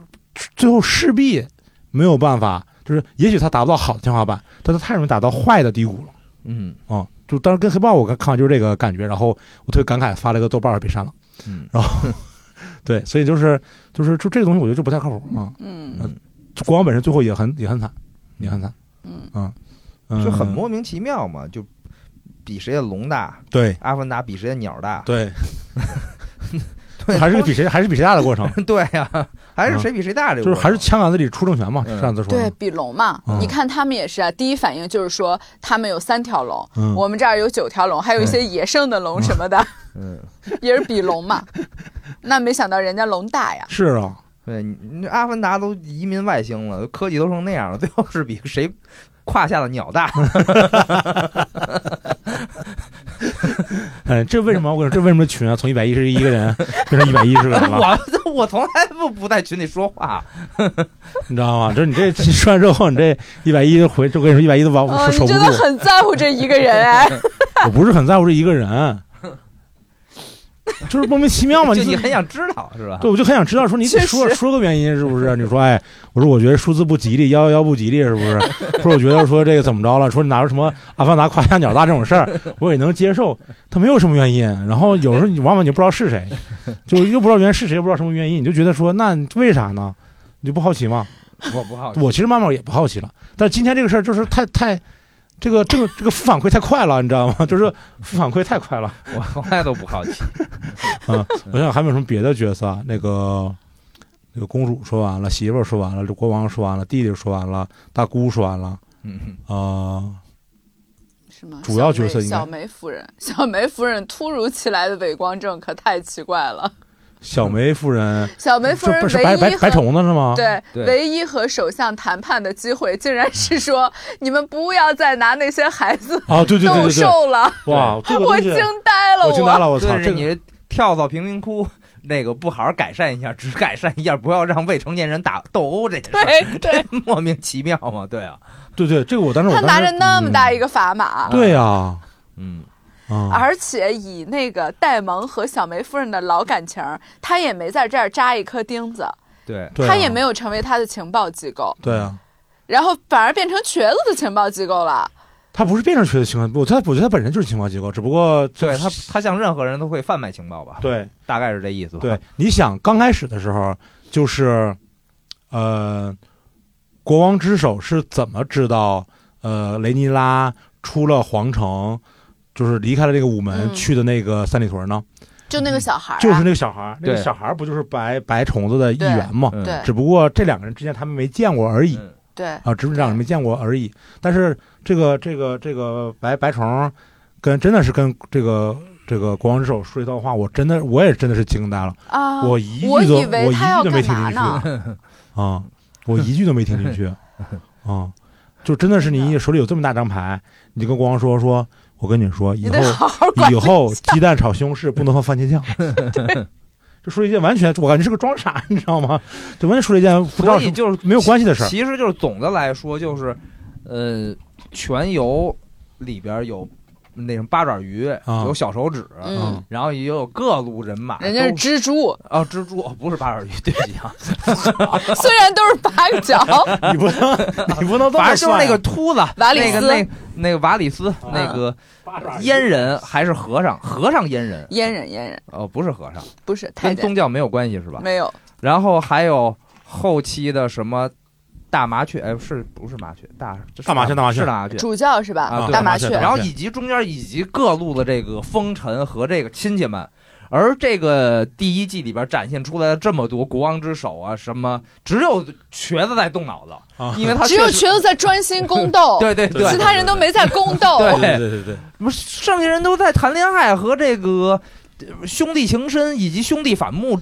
最后势必没有办法，就是也许他达不到好的天花板，但他太容易达到坏的低谷了。嗯啊、就当时跟黑豹我看看完就是这个感觉，然后我特别感慨，发了一个豆瓣儿被删了。嗯 对，所以就是就是就这个东西，我觉得就不太靠谱啊。嗯嗯，国王本身最后也很也很惨，也很惨，嗯嗯，就很莫名其妙嘛，就比谁的龙大，对阿凡达比谁的鸟大，对 对还是个比谁还是比谁大的过程，对呀，还是嗯谁比谁大这个啊就过是程，还是枪杆子里出政权嘛，是这样子说对的。比龙嘛，嗯你看他们也是啊，第一反应就是说他们有三条龙，嗯我们这儿有九条龙，还有一些野生的龙什么的，嗯， 也是比龙嘛。那没想到人家龙大呀，是啊，对，你你阿凡达都移民外星了，科技都成那样了，最 后是比谁胯下的鸟 大，哎，这为什么我跟你说，这为什么群啊从一百一十一个人 变成一百一十个人了？ 我我从来不不在群里说话，你知道吗？就是你这 说完之后，你这一百一回，就跟你说一百一都完嗯，哦守不你真住的。很在乎这一个人 哎，我不是很在乎这一个 人，就是莫名其妙嘛。就你你很想知道是吧？对，我就很想知道说你确实说说个原因是不是？你说哎，我说我觉得数字不吉利，幺幺幺不吉利是不是？说我觉得说这个怎么着了？说你拿出什么阿凡达夸下鸟大这种事儿，我也能接受。他没有什么原因，然后有时候你往往你就不知道是谁，就又不知道原因是谁，又不知道什么原因，你就觉得说那为啥呢？你就不好奇吗？ 我不好奇，我其实慢慢也不好奇了，但是今天这个事儿就是太太，这个这个这个负反馈太快了，你知道吗？就是负反馈太快了。 我从来都不好奇。 啊，我想还有没有什么别的角色啊？那个那个公主说完了，媳妇儿说完了，这国王说完了，弟弟说完了，大姑说完了，嗯，啊、什么主要角色应该小梅夫人， 小梅夫人突如其来的伪光正可太奇怪了。小梅夫人， 小梅 夫这人不是唯白一白白和虫子是吗？，对对唯一和首相谈判的机会，竟然是说你们不要再拿那些孩子啊，嗯对对对斗对对，兽了，哇，这个我东西惊呆了，我惊呆了，我操，对这着个你跳蚤贫民窟那个不好好改善一下，只改善一下，不要让未成年人打斗殴这件事儿， 对对，莫名其妙嘛，对啊，对对，这个我当时我嗯他当时拿着那么大一个，个砝码，对呀、嗯，啊，而且以那个戴蒙和小梅夫人的老感情儿，他也没在这儿扎一颗钉子，对，对啊他也没有成为他的情报机构，对啊，然后反而变成瘸子的情报机构了。他不是变成学的情报，我他我觉得他本身就是情报机构，只不过对他他向任何人都会贩卖情报吧，对大概是这意思吧。对，你想刚开始的时候，就是，呃，国王之手是怎么知道呃雷尼拉出了皇城，就是离开了这个午门，嗯去的那个三里屯呢？就那个小孩儿、啊，就是那个小孩儿，那个对小孩儿不就是白白虫子的一员吗？嗯对只不过这两个人之间他们没见过而已嗯对，啊，只不过这两个人没见过而已。但是这个这个这个白白虫跟真的是跟这个这个国王之手说一段话，我真的我也真的是惊呆了。啊，我一句都我以我为一他要句都没干听嘛进去呢？啊，我一句都没听进去啊，就真的是你手里有这么大张牌，你就跟国王说说，我跟你说，以你得后好好管以。后鸡蛋炒西红柿不能放番茄酱。 就说了一件完全，我感觉是个装傻，你知道吗？就完全说了一件不知道所是以就是没有关系的事儿。其实就是总的来说，就是呃，全游里边有那什么八爪鱼，啊有小手指，嗯然后也有各路人马，人家是都蜘蛛，哦蜘蛛哦不是八爪鱼，对不起啊，虽然都是八 个脚，你不能， 你不能这反正就么是算那个秃子，瓦里那个斯那那个瓦里啊斯，那个阉人还是和尚，和尚阉人阉人阉人哦不是和尚，不是太跟监，宗教没有关系是吧？没有然后还有后期的什么大麻雀，哎是不是麻雀？大这是大麻雀大麻雀是大麻雀。主教是吧？啊对大麻麻雀雀，然后以及中间以及各路的这个风尘和这个亲戚们，而这个第一季里边展现出来的这么多国王之手啊，什么只有瘸子在动脑子，啊因为他只有确实瘸子在专心 宫斗，对对对其他人都没在宫斗。对对对对对对，什么剩下人都在谈恋爱和这个呃兄弟情深以及兄弟反目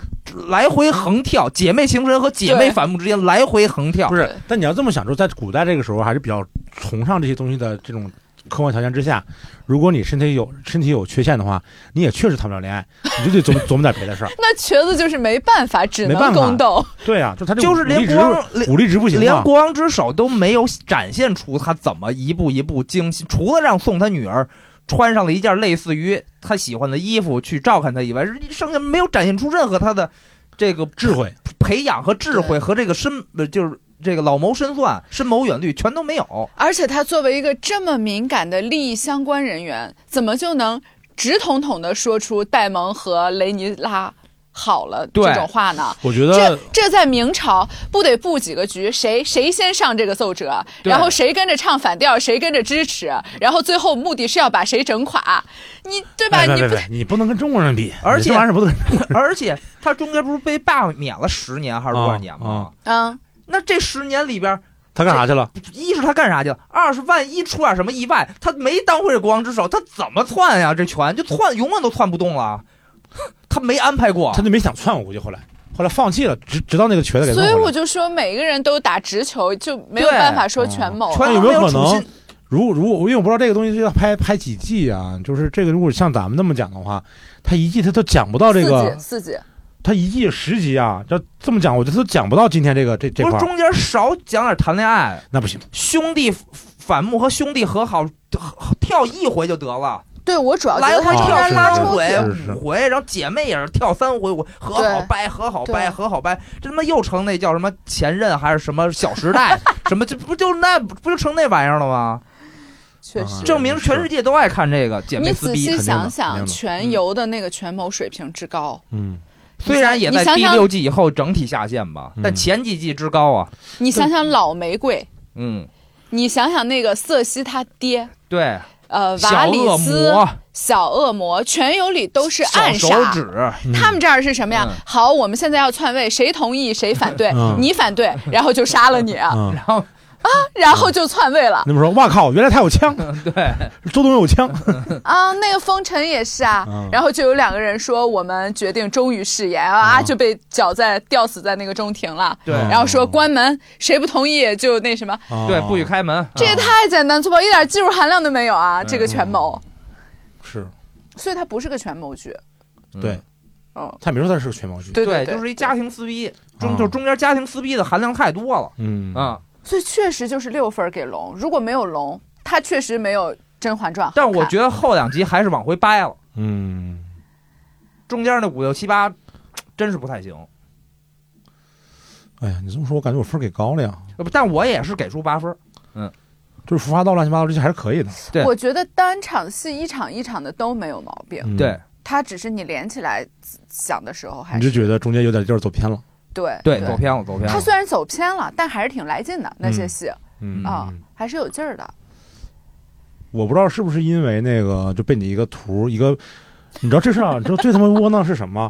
来回横跳，姐妹情深和姐妹反目之间来回横跳不。对是，但你要这么想，说在古代这个时候还是比较崇尚这些东西的这种客观条件之下，如果你身体有身体有缺陷的话，你也确实谈不了恋爱，你就得琢磨 琢磨点别的事儿。那瘸子就是没办法，只没能办法宫斗。对啊，就他这就是武力连值国王连武力值不行连啊。国王之手都没有展现出他怎么一步一步精心，除了让送他女儿穿上了一件类似于他喜欢的衣服去照看他以外，剩下没有展现出任何他的这个智慧，培养和智慧和这个深呃就是这个老谋深算、深谋远虑全都没 有。而且他作为一个这么敏感的利益相关人员，怎么就能直筒筒的说出戴蒙和雷尼拉好了对这种话呢？我觉这得这在明朝不得布几个局，谁谁先上这个奏折，对然后谁跟着唱反调，谁跟着支持，然后最后目的是要把谁整垮，你对吧？别你哎别不别，你不能跟中国人比，而你且这玩意儿不能而且他中间不是被罢免了十年还是多少年啊吗？嗯，那这十年里边，他干啥去了？一是他干啥去了，二是万一出点什么意外，他没当回这国王之首，他怎么窜呀？这拳就窜，永远都窜不动了。他没安排过他，就没想窜，我估计后来后来放弃了，直直到那个瘸子给弄所以回来我就说每个人都打直球，就没有对办法说权谋拳头那哦了。有没没有可处心能？如如果因为我不知道这个东西是要拍拍几季啊，就是这个如果像咱们那么讲的话，他一季他都讲不到这个四级四级，他一季十集啊，这这么讲，我觉得都讲不到今天这个这这不块是儿，中间少讲点谈恋爱，那不行。兄弟反目和兄弟和好，跳一回就得了，对我主要觉来得他回中这跳间三边拉是出是回点是五回，然后姐妹也是跳三回，我和好对掰，和好对掰，和好掰，这他妈又成那叫什么前任还是什么小时 代，什么这不就那不就成那玩意儿了吗？确实嗯。证明全世界都爱看这个姐妹你撕仔逼细，肯定的想肯想，定的全嗯游的那个权谋水平之高，嗯，虽然也你在想第想六季以后整体下线吧，但嗯前几季之高啊，你想想老玫瑰，嗯，你想想那个瑟西他爹，对，呃，瓦小里恶斯、魔、小恶魔，全游里都是小暗手杀。指，他们这儿是什么呀？嗯好，我们现在要篡位，谁同意谁反对，嗯 你反对，然后就杀了你，啊嗯，然后然后就篡位了那么说，哇靠，原来他有枪，对。周董有枪，啊！那个风尘也是啊，嗯然后就有两个人说我们决定忠于誓言啊，嗯就被绞在吊死在那个中庭了。对嗯然后说关门，谁不同意就那什么，对，啊不许开门。这也啊太简单粗暴，一点技术含量都没有啊！嗯这个权谋，是所以它不是个权谋剧。对，嗯，他没说他是个全毛剧，对对，就是一家庭撕逼，中啊就中间家庭撕逼的含量太多了嗯，啊。所以确实就是六分儿给龙，如果没有龙，他确实没有甄嬛传》好看，但我觉得后两集还是往回掰了，嗯，中间那五六七八真是不太行。哎呀，你这么说，我感觉我分儿给高了呀。呃不，但我也是给出八分儿。就是浮华道乱七八糟这些还是可以的。对我觉得单场戏一场一场的都没有毛病，嗯对，它只是你连起来想的时候还你就是觉得中间有点地儿走偏了。对对，走偏了，走偏它了。虽然走偏了，但还是挺来劲的那些嗯戏嗯啊，还是有劲儿的。我不知道是不是因为那个就被你一个图一个，你知道这事儿啊，你知道最他妈窝囊是什么？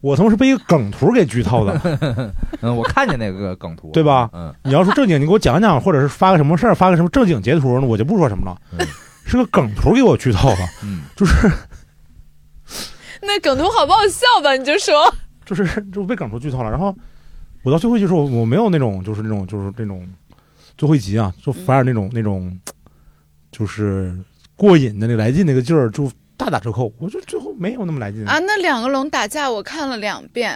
我他妈是被一个梗图给剧透的。嗯，我看见那个梗图，对吧嗯， 你要说正经，你给我讲讲，或者是发个什么事儿，发个什么正经截图，我就不说什么了嗯。是个梗图给我剧透了，嗯，就是那梗图好不好笑吧？你就说，就是就被梗图剧透了。然后我到最后一集的时候，我没有那种就是那种就是那种最后一集啊，就反而那种那种就是过瘾的那来劲那个劲儿就大打折扣。我就最后没有那么来劲啊，那两个龙打架我看了两遍，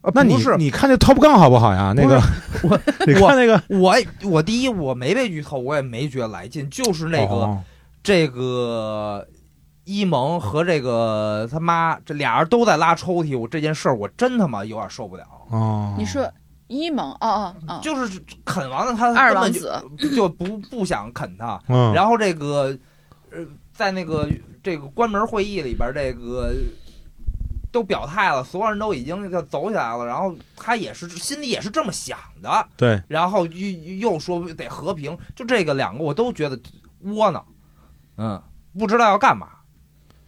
啊那你不是你看那 Top Gun 好不好呀？那个不是你看那个我我第一我没被剧透，我也没觉得来劲，就是那个、哦这个一萌和这个他妈这俩人都在拉抽屉，我这件事儿我真他妈有点受不了。啊哦，你说一萌，哦哦哦，就是啃完了他，二根王本就子就不不想啃他。嗯，然后这个呃，在那个这个关门会议里边，这个都表态了，所有人都已经要走起来了。然后他也是心里也是这么想的，对，然后又又说得和平，就这个两个我都觉得窝囊，嗯，不知道要干嘛，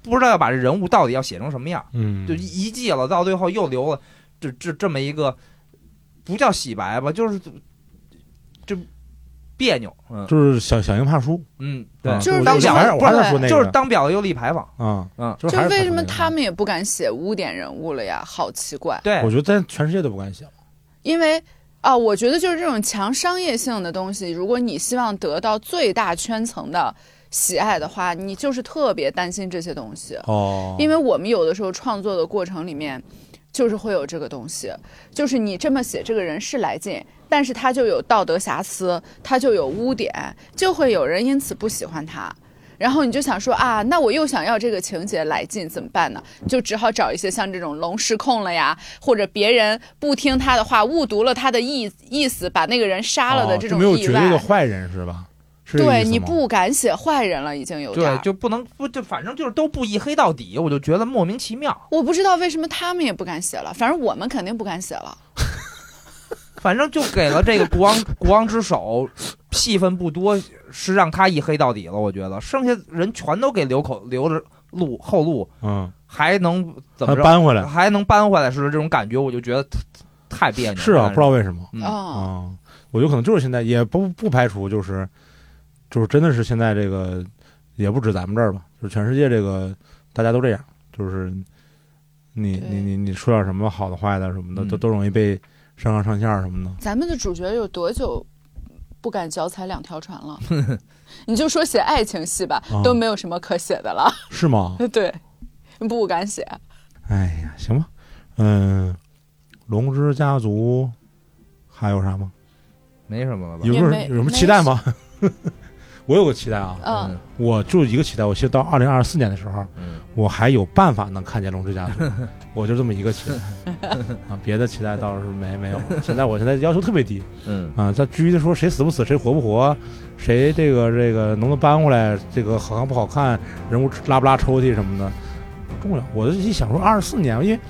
不知道要把这人物到底要写成什么样，嗯，就一季了，到最后又留了这这这么一个不叫洗白吧，就是这别扭，嗯就是小小鹰怕输，嗯，对，啊就是我当我表还是我还对是说那个，就是当婊子又立牌坊，啊，嗯，就就是还是为什么那个他？们也不敢写污点人物了呀？好奇怪，对我，觉得在全世界都不敢写了，因为。啊、我觉得就是这种强商业性的东西，如果你希望得到最大圈层的喜爱的话，你就是特别担心这些东西。哦，因为为我们有的时候创作的过程里面，就是会有这个东西，就是你这么写这个人是来劲，但是他就有道德瑕疵，他就有污点，就会有人因此不喜欢他。然后你就想说啊，那我又想要这个情节来劲怎么办呢？你就只好找一些像这种龙失控了呀，或者别人不听他的话，误读了他的意意思，把那个人杀了的这种哦没有意绝对外。的坏人是吧？是这对意思你吗啊不敢写坏人了，已经有点儿对，就不能不就反正就是都不一黑到底，我就觉得莫名其妙。我不知道为什么他们也不敢写了，反正我们肯定不敢写了。反正就给了这个 国王国王之手，戏份不多，是让他一黑到底了。我觉得剩下人全都给留口留着路后路，嗯，还能怎他么着？啊搬回来还能搬回来是这种感觉，我就觉得太别扭了。是啊，但不知道为什么嗯哦，啊，我觉得可能就是现在也不不排除就是就是真的是现在这个也不止咱们这儿吧，就是全世界这个大家都这样，就是你对你你你说点什么好的坏的什么的，嗯都都容易被上纲上线儿什么的。咱们的主角有多久不敢脚踩两条船了？你就说写爱情戏吧，啊都没有什么可写的了。 是吗？对，不敢写。哎呀，行吧，嗯，龙之家族还有啥吗？没什么了吧？有没有也没有什么期待吗？ 我有个期待啊，嗯，我就一个期待，我希望到二零二四年的时候，嗯，我还有办法能看见龙之家族，我就这么一个期待啊，别的期待倒是没没有了。现在我现在要求特别低嗯啊，在至于说谁死不死，谁活不活，谁这个这个能不能搬回来，这个好看不好看，人物拉不拉抽屉什么的，不重要。我就一想说二四年，因为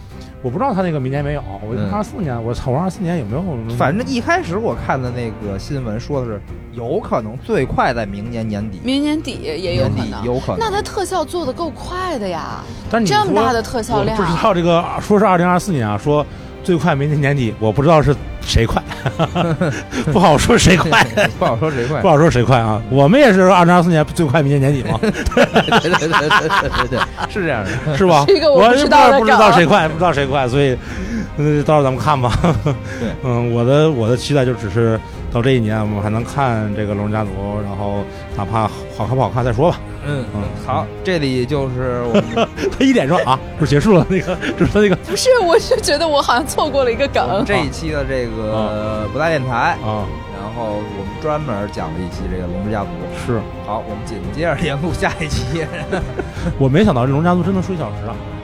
我不知道他那个明年没有，我就嗯二四年，我操，我二四年有没有？嗯，反正一开始我看的那个新闻说的是，有可能最快在明年年底，明年底也有年可底能。有可那能。 他特效做的够快的呀，但你这么说大的特效量我不知道这个说是二零二四年啊，说最快明年年底，我不知道是谁 快，不好说谁快，不好说谁快不。好说谁快啊。我们也是二零二四年最快明年年底嘛， 对对对对对对对，是这样的。 是吧？这个我我不也知不道的不知道梗谁快，不知道谁快，所以呃，到时候咱们看吧。对， 嗯，我的我的期待就只是到这一年，我们还能看这个《龙之家族》，然后哪怕好看不好看再说吧。 嗯嗯，好，这里就是我们他一点说啊，就结束了那个，就是他那个不是？我是觉得我好像错过了一个 梗。这一期的这个不带电台，啊，然后我们专门讲了一期这个《龙之家族》。是好，我们紧接着连录下一期。我没想到这《龙家族》真能说一小时啊！嗯